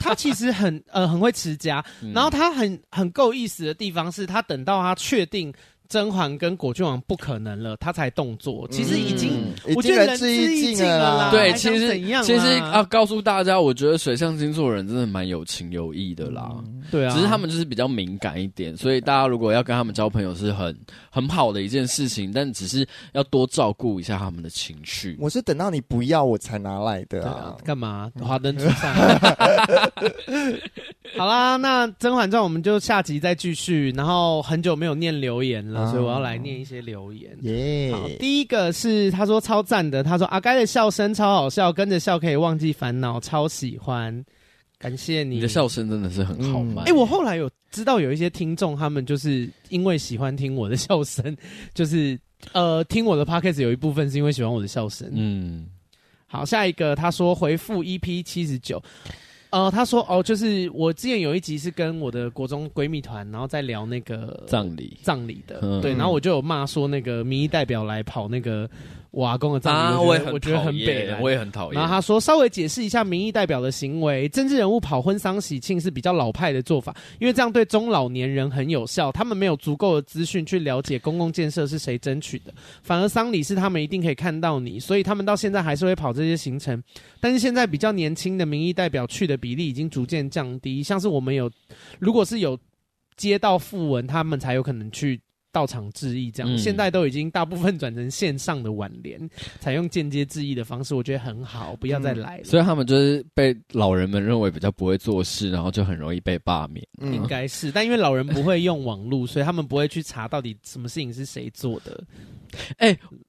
A: 他其实很呃很会持家，
C: 嗯
A: 然后他很很够意思的地方是他等到他确定甄嬛跟果郡王不可能了，他才动作。其实已
C: 嗯
A: 经、
B: 嗯已
A: 我觉
B: 经
A: 得
B: 仁
A: 仁
B: 至
A: 至
B: 义
A: 义
B: 尽
A: 尽了
B: 了啦。
A: 啦
C: 对，
A: 还
C: 其
A: 想
C: 实
A: 怎样啊
C: 其实啊，告诉大家，我觉得水象星座人真的蛮有情有义的啦。
A: 对啊，
C: 只是他们就是比较敏感一点，所以大家如果要跟他们交朋友是很很好的一件事情，但只是要多照顾一下他们的情绪。
B: 我是等到你不要我才拿来
A: 对
B: 的啊
A: 啊。，干嘛？华灯初上。 好啦，那《甄嬛传》我们就下集再继续。然后很久没有念留言了，
B: 啊
A: 所以我要来念一些留言。
C: 嗯
B: 耶
A: 啊好，第一个是他说超赞的，他说阿该的笑声超好笑，跟着笑可以忘记烦恼，超喜欢，感谢你。
C: 你的笑声真的是很好嘛？
A: 哎、我后来有知道有一些听众，他们就是因为喜欢听我的笑声， 就是呃听我的 podcast 有一部分是因为喜欢我的笑声。
C: 嗯，
A: 好，下一个他说回复 EP 七十九，呃，他说哦，就是我之前有一集是跟我的国中闺蜜团，然后在聊那个
C: 葬礼
A: 葬礼的，
C: 嗯
A: 对，然后我就有骂说那个民意代表来跑那个我阿公的葬礼，
C: 啊，
A: 我
C: 也
A: 觉得
C: 很
A: 我觉得
C: 讨
A: 很北
C: 厌，
A: 蓝
C: 我也很讨
A: 然后
C: 厌。
A: 他说，稍微解释一下民意代表的行为，政治人物跑婚丧喜庆是比较老派的做法，因为这样对中老年人很有效，他们没有足够的资讯去了解公共建设是谁争取的，反而丧礼是他们一定可以看到你，所以他们到现在还是会跑这些行程。但是现在比较年轻的民意代表去的比例已经逐渐降低，像是我们有，如果是有接到讣文，他们才有可能去。到场致意这样，
C: 嗯
A: 现在都已经大部分转成线上的挽联，采用间接致意的方式，我觉得很好，不要再来了。
C: 所以他们就是被老人们认为比较不会做事，然后就很容易被罢免。
A: 应
B: 嗯，
A: 该是，但因为老人不会用网络，所以他们不会去查到底什么事情是谁做的。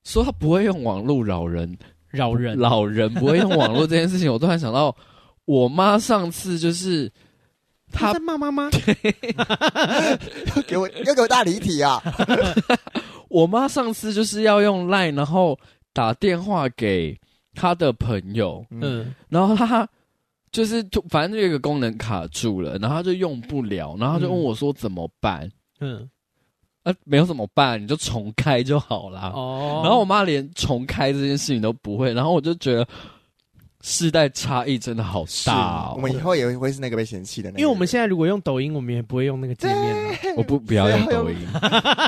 C: 说他不会用网络，老人
A: 扰人，
C: 老人不会用网络这件事情，我突然想到，我妈上次就是
A: 他
C: 她
A: 在骂妈 妈，
B: 给我要给我大离 题啊！
C: 我妈上次就是要用 Line，然后打电话给她的朋友，
B: 嗯，
A: 嗯，
C: 然后她就是突反正就有一个功能卡住了，然后她就用不了，然后她就问我说怎么办？
A: 嗯，
C: 啊，没有怎么办，你就重开就好啦。
A: 哦，
C: 啊然后我妈连重开这件事情都不会，然后我就觉得世代差异真的好大、哦。
B: 我们以后也会是那个被嫌弃的那个人，
A: 因为我们现在如果用抖音，我们也不会用那个界面啊了。
C: 我不不要用
B: 不要用
C: 抖 音，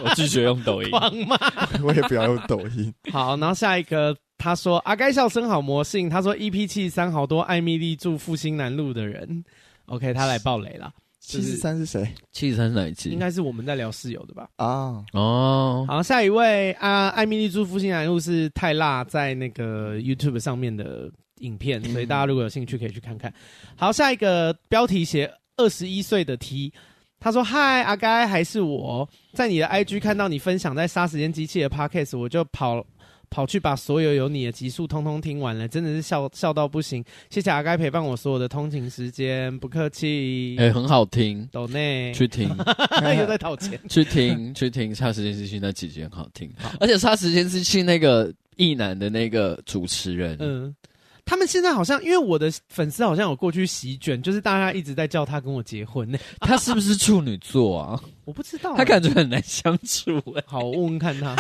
C: 我拒绝用抖音。
A: 狂骂。
B: 我也不要用抖 音。
A: 好，然后下一个，他说阿该笑声好魔性，他说 EP 七三好多艾米丽住复兴南路的人。OK，他来爆雷了，
B: 七十三是谁
C: 七十三哪一集？
A: 应该是我们在聊室友的吧？
B: 啊？
C: 哦，
A: 好，下一位啊，艾米丽朱复兴南路是泰辣在那个 YouTube 上面的影片，
C: 嗯
A: 所以大家如果有兴趣可以去看看。好，下一个标题写二十一岁的 T。他说：“嗨，阿该还是我，在你的 IG 看到你分享在杀时间机器的 Podcast，我就跑跑去把所有有你的集数通通听完了，真的是笑笑到不行。谢谢阿该陪伴我所有的通勤时间，不客气。
C: 哎、很好听，
A: 抖内
C: 去听。
A: 又在讨钱，
C: 去听去听《杀时间机器》那几集很好听，而且《杀时间机器》那个意男的那个主持人，
A: 嗯，他们现在好像，因为我的粉丝好像有过去席卷，就是大家一直在叫他跟我结婚呢、
C: 他是不是处女座啊？
A: 我不知道、
C: 他感觉很难相处、欸。
A: 好，我问问看他，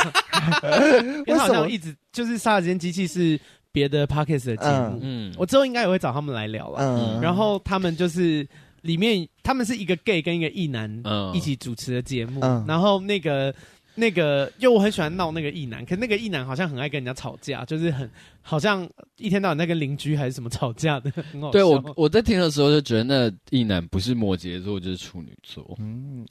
A: 因为他好
B: 为什么
A: 像一直就是《杀时间机器》是别的 podcast 的节目，
C: 嗯，
A: 我之后应该也会找他们来聊了。
B: 嗯，
A: 然后他们就是里面他们是一个 gay 跟一个异男
C: 嗯
A: 一起主持的节目，
B: 嗯
A: 然后那个。那个，因为我很喜欢闹那个异男，可那个异男好像很爱跟人家吵架，就是很好像一天到晚在跟邻居还是什么吵架的，很好笑。
C: 对我我在听的时候就觉得那意男不是摩羯座就是处女座，
B: 嗯，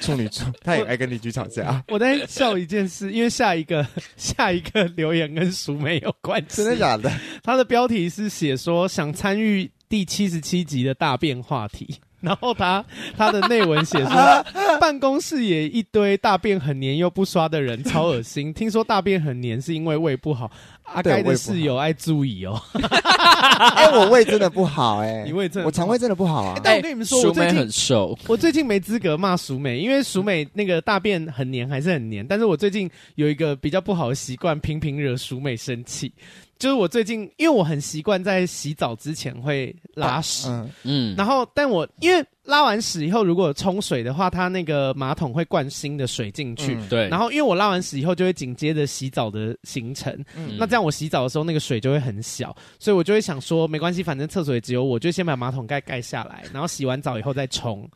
B: 处女座，他也爱跟邻居吵架，
A: 我在笑一件事，因为下一个下一个留言跟淑美有关系。
B: 真的 假的？
A: 他的标题是写说想参与第七十七集的大变话题， 然后他他的内文写 说办公室也一堆大便很黏又不刷的人，超恶心。听说大便很黏是因为胃不好，阿
B: 对
A: 该
B: 胃
A: 的
B: 不好
A: 室友爱注意哦。
B: 哎，我胃真的不好哎，
A: 你胃真的不好
B: 我肠胃真的不好啊
A: 哎。但我跟你们说
C: 欸
A: 我最
C: 淑
A: 近
C: 梅很瘦，
A: 我最近没资格骂淑美，因为淑美那个大便很黏，还是很黏。但是我最近有一个比较不好的习惯，频频惹淑美生气，就是我最近，因为我很习惯在洗澡之前会拉屎，
B: 嗯，
C: 嗯，
A: 然后但我因为拉完屎以后，如果冲水的话，它那个马桶会灌新的水进去。
B: 嗯
C: 对，
A: 然后，因为我拉完屎以后，就会紧接着洗澡的行程。
C: 嗯
A: 那这样我洗澡的时候，那个水就会很小，所以我就会想说，没关系，反正厕所也只有我，就先把马桶盖盖下来，然后洗完澡以后再冲。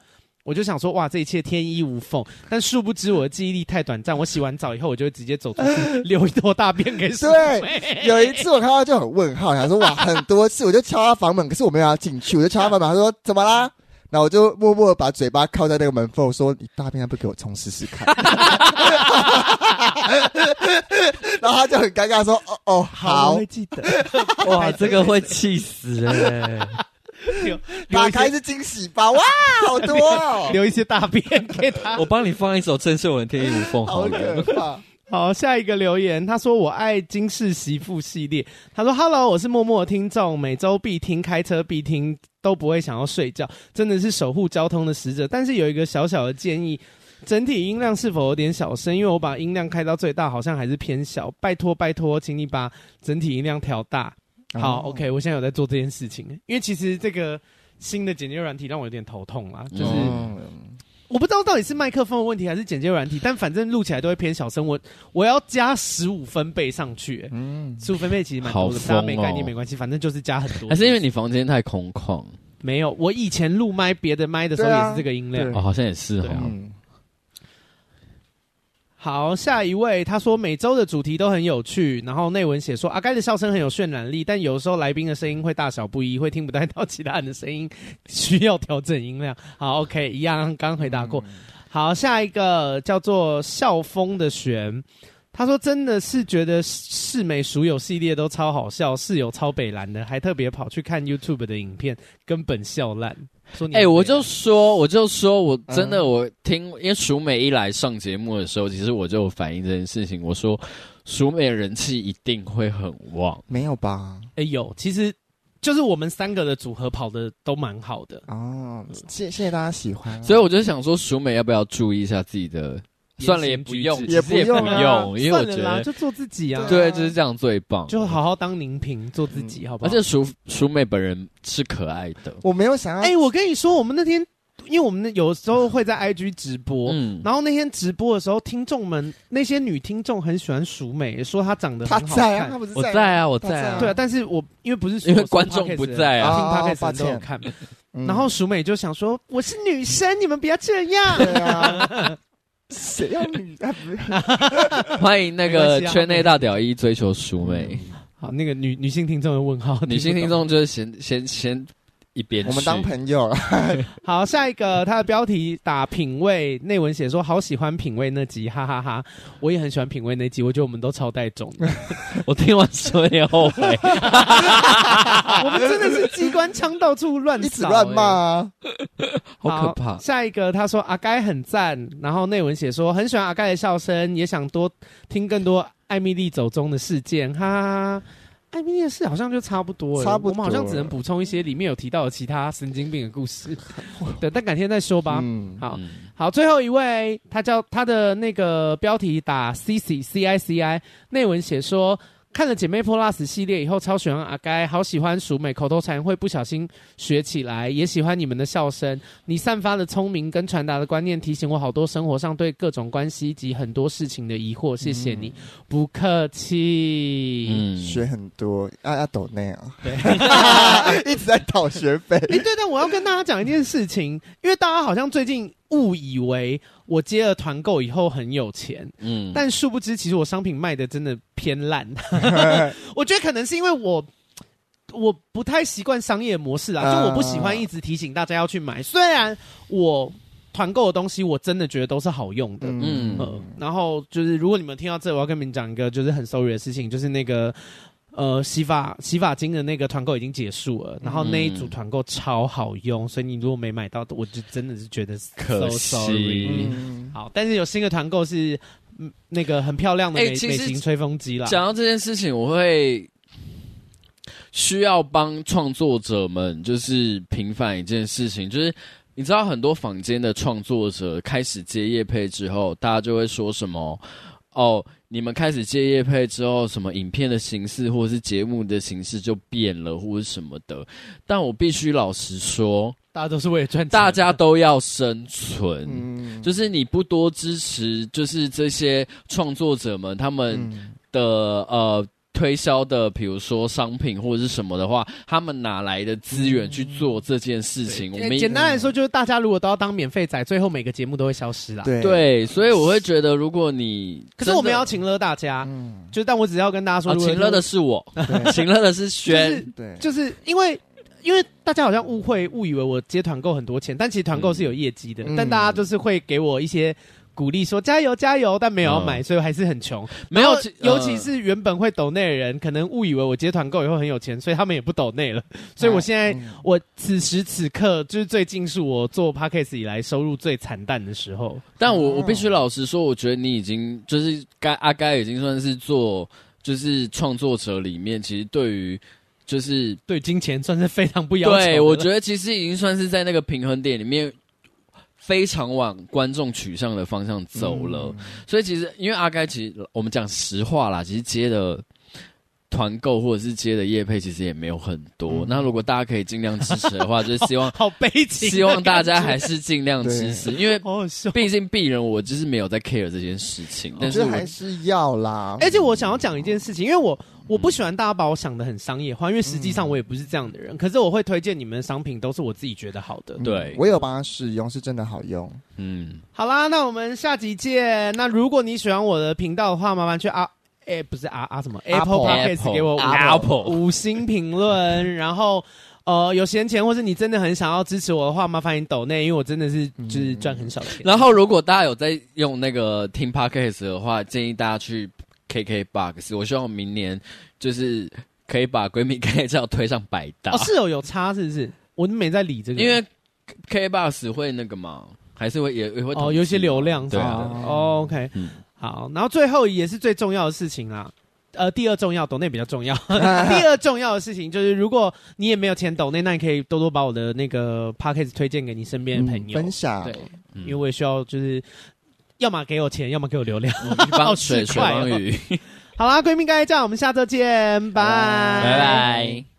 A: 我就想说，哇，这一切天衣无缝。但殊不知我的记忆力太短暂，我洗完澡以后，我就会直接走出去留一坨大便给水。
B: 对，有一次我看到就很问号，想说哇，很多次我就敲他房门，可是我没有要进去，我就敲他房门，他说怎么啦？然后我就默默地把嘴巴靠在那个门缝，说你大便还不给我冲试试看？然后他就很尴尬说哦哦
A: 我
B: 好
A: 会，记得。
D: 哇，这个会气死哎、
A: 留
B: 打
A: 一
B: 开
A: 些
B: 是惊喜吧？哇，好多哦，
A: 留一些大便给他
D: 我。帮你放一首郑秀文《天衣无缝》好
B: 好
D: 了。
B: 可怕。
A: 好，下一个留言，他说我爱金氏媳妇系列。他说：“Hello，我是默默的听众，每周必听，开车必听，都不会想要睡觉，真的是守护交通的使者。但是有一个小小的建议。”整体音量是否有点小声？因为我把音量开到最大，好像还是偏小。拜托拜托，请你把整体音量调大。好、
B: 哦
A: o k 我现在有在做这件事情，因为其实这个新的剪接软体让我有点头痛啦，就是、
B: 嗯
A: 我不知道到底是麦克风的问题还是剪接软体，但反正录起来都会偏小声。我我要加十五分贝上去、欸，
B: 嗯，
A: 十五分贝其实蛮
C: 好
A: 多的，大家
C: 疯
A: 没
C: 哦
A: 概念没关系，反正就是加很多。
C: 还是因为你房间太空旷
A: 没有？我以前录麦别的麦的时候
B: 对啊
A: 也是这个音量。
B: 对
C: 哦，好像也是
A: 对
C: 哦。
B: 嗯
A: 好，下一位他说每周的主题都很有趣，然后内文写说阿该的笑声很有渲染力，但有时候来宾的声音会大小不一，会听不太到其他人的声音，需要调整音量。好，OK，一样刚回答过。好，下一个叫做笑风的璇。他说：“真的是觉得世美熟友系列都超好笑，室友超北蓝的，还特别跑去看 YouTube 的影片，根本笑烂。”说你
C: 哎、
A: 很
C: 我
A: 北蓝
C: 就说，我就说，我真的，
B: 嗯
C: 我听，因为淑美一来上节目的时候，其实我就有反映这件事情，我说淑美人气一定会很旺。
B: 没有吧？
A: 哎、有，其实就是我们三个的组合跑的都蛮好的。
B: 哦，谢谢谢大家喜欢啊，
C: 所以我就想说，淑美要不要注意一下自己的？
A: 言行
C: 算了，也不用，
A: 举
B: 止
C: 其实也不
B: 也不用啊
C: 用，因为我觉
A: 算了啦，
C: 得
A: 就做自己啊，
C: 对，就是这样最棒。
A: 就好好当宁平，做自己，好不
C: 而
A: 好？
C: 且淑淑美本人是可爱的，
B: 我没有想要
A: 哎、我跟你说，我们那天，因为我们那有时候会在 IG 直播。
C: 嗯，
A: 然后那天直播的时候，听众们那些女听众很喜欢淑美，说她长得
B: 他
A: 很好
B: 在啊，
A: 看
B: 他。不是
C: 我
B: 在
C: 在啊，我
B: 他
C: 在啊，
A: 对啊，但是我因为不是说
C: 因为
A: 我是
C: 观众
A: podcast
C: 不在啊
A: 人
B: 哦
A: 听 p o
B: 抱
A: d 都有
B: 歉
A: 看。
B: 嗯
A: 然后淑美就想说：“我是女生，你们不要这样。”
B: 对啊，谁要女啊？不是
C: 欢迎那
A: 没
C: 个
A: 关系嗯啊
C: 圈内大屌一追求淑 美，
A: 好，那个女女性听众的问号，
C: 女性
A: 不
C: 听
A: 懂
C: 众就是先先先一边
B: 我们
C: 去
B: 当朋友了。
A: 好，下一个它的标题打品味，内文写说好喜欢品味那集，哈哈哈我也很喜欢品味那集，我觉得我们都超带种，
C: 我听完说也后悔，
A: 我们真的是机关枪到处乱
B: 一直
A: 扫
B: 乱骂
A: 欸
B: 啊！
C: 好可怕。
A: 下一个他说阿该很赞，然后内文写说很喜欢阿该的笑声，也想多听更多艾米丽走中的事件，哈哈哈。艾米丽的事好像就差不多了，
B: 差不多
A: 我们好像只能补充一些里面有提到的其他神经病的故事。对，但改天再说吧。
B: 嗯，
A: 好，
C: 嗯
A: 好，最后一位，他叫他的那个标题打 C C C I C I，内文写说看了姐妹 Plus 系列以后，超喜欢阿该，好喜欢熟美口头禅会不小心学起来，也喜欢你们的笑声，你散发的聪明跟传达的观念，提醒我好多生活上对各种关系以及很多事情的疑惑。谢谢你，不客气。
C: 嗯
B: 学很多啊，要抖内啊，
A: 对，
B: 一直在讨学费。
A: 哎、对，但我要跟大家讲一件事情，因为大家好像最近误以为我接了团购以后很有钱，
C: 嗯
A: 但殊不知，其实我商品卖的真的偏 烂。我觉得可能是因为我我不太习惯商业模式啦，
B: 啊
A: 就我不喜欢一直提醒大家要去买。虽然我团购的东西，我真的觉得都是好用的。嗯
B: 嗯
A: 呃，然后就是，如果你们听到这，我要跟你们讲一个就是很 sorry 的事情，就是那个呃洗发洗发精的那个团购已经结束
C: 嗯
A: 了，然后那一组团购超好用，所以你如果没买到，我就真的是觉得 so
C: 可
A: sorry
C: 惜
B: 嗯，
A: 好，但是有新的团购是嗯那个很漂亮的
C: 哎
A: 美、
C: 其
A: 美
C: 实
A: 型吹风机啦。
C: 讲到这件事情，我会需要帮创作者们就是平反一件事情，就是你知道很多坊间的创作者开始接业配之后，大家就会说什么。哦，你们开始接业配之后，什么哦影片的形式或者是节目的形式就变了，或者什么的。但我必须老实说，
A: 大家都是为了赚钱，
C: 大家都要生存。
B: 嗯，
C: 就是你不多支持，就是这些创作者们他们
B: 嗯
C: 的、呃推销的，比如说商品或者是什么的话，他们哪来的资源去做这件事情？我们
A: 简单来说，就是大家如果都要当免费仔，最后每个节目都会消失啦。，
B: 对，
C: 对，所以我会觉得，如果你
A: 可是我们
C: 真的
A: 要情勒大家，
B: 嗯，
A: 就但我只要跟大家说，
C: 啊，
A: 如果
C: 请了的是我，
B: 对
C: 请了的是
A: 就
C: 轩。
A: 是
B: 对，
A: 就是因为。因为大家好像误会误以为我接团购很多钱，但其实团购是有业绩的，
B: 嗯
A: 但大家就是会给我一些鼓励，说加油加油，但没有要买，所以我还是很穷。
C: 没有
A: 然后
C: 其
A: 尤
C: 呃
A: 其是原本会抖内的人，可能误以为我接团购以后很有钱，所以他们也不抖 内了。所
C: 啊
A: 以我现在，
B: 嗯
A: 我此时此刻就是最近是我做 podcast 以来收入最惨淡的时候。
C: 但我
B: 哦
C: 我必须老实说，我觉得你已经就是该阿该已经算是做就是创作者里面，其实对于就是
A: 对金钱算是非常不要求的了。
C: 对我觉得其实已经算是在那个平衡点里面。非常往观众取向的方向走了，
A: 嗯
C: 所以其实因为阿该，其实我们讲实话啦，其实接的团购或者是接的业配，其实也没有很多。那如果大家可以尽量支持的 话，就是希望
A: 好悲情啊的感觉，
C: 希望大家还是尽量
B: 对
C: 支持，因为
A: 好好笑。
C: 毕竟鄙人，我就是没有在 care 这件事情，
B: 我
C: 但
B: 觉
C: 是
B: 得
C: 哦我
B: 还是要啦。
A: 而且我想要讲一件事情，因为我我不喜欢大家把我想的很商业化，因为实际上
C: 嗯
A: 我也不是这样的人。可是我会推荐你们的商品都是我自己觉得好的。
C: 对
B: 嗯我有帮他试用，是真的好用。
C: 嗯，
A: 好啦，那我们下集见。那如果你喜欢我的频道的话，麻烦去啊。哎、不是啊啊什么 Apple
B: Apple
A: Podcast 给我五
C: Apple
A: 五星评论，然后呃有闲钱或是你真的很想要支持我的话，麻烦你抖内，因为我真的是就是赚很少的钱。
C: 嗯然后如果大家有在用那个听 podcast 的话，建议大家去 KK Box。我希望明年就是可以把闺蜜开窍推上百大，
A: 哦是哦有差是不是？我没在理这个，
C: 因为 K Box 会那个嘛，还是会也也会统计
A: 哦有一些流量
C: 对
A: 什
C: 啊
A: 么的哦 OK，、
C: 嗯
A: 好，然后最后也是最重要的事情啦。呃，第二重要，抖内比较重 要。第二重要的事情就是，如果你也没有钱抖内，那你可以多多把我的那个 p a c k a g e 推荐给你身边的朋友。
B: 分享，
A: 对，
C: 嗯
A: 因为我也需要，就是要么给我钱，要么给我流量。
C: 嗯一帮水
A: 好奇
C: 水
A: 怪哦
C: 帮鱼，
A: 好啦，闺蜜该这样，我们下周见，拜
B: 拜
C: 拜拜。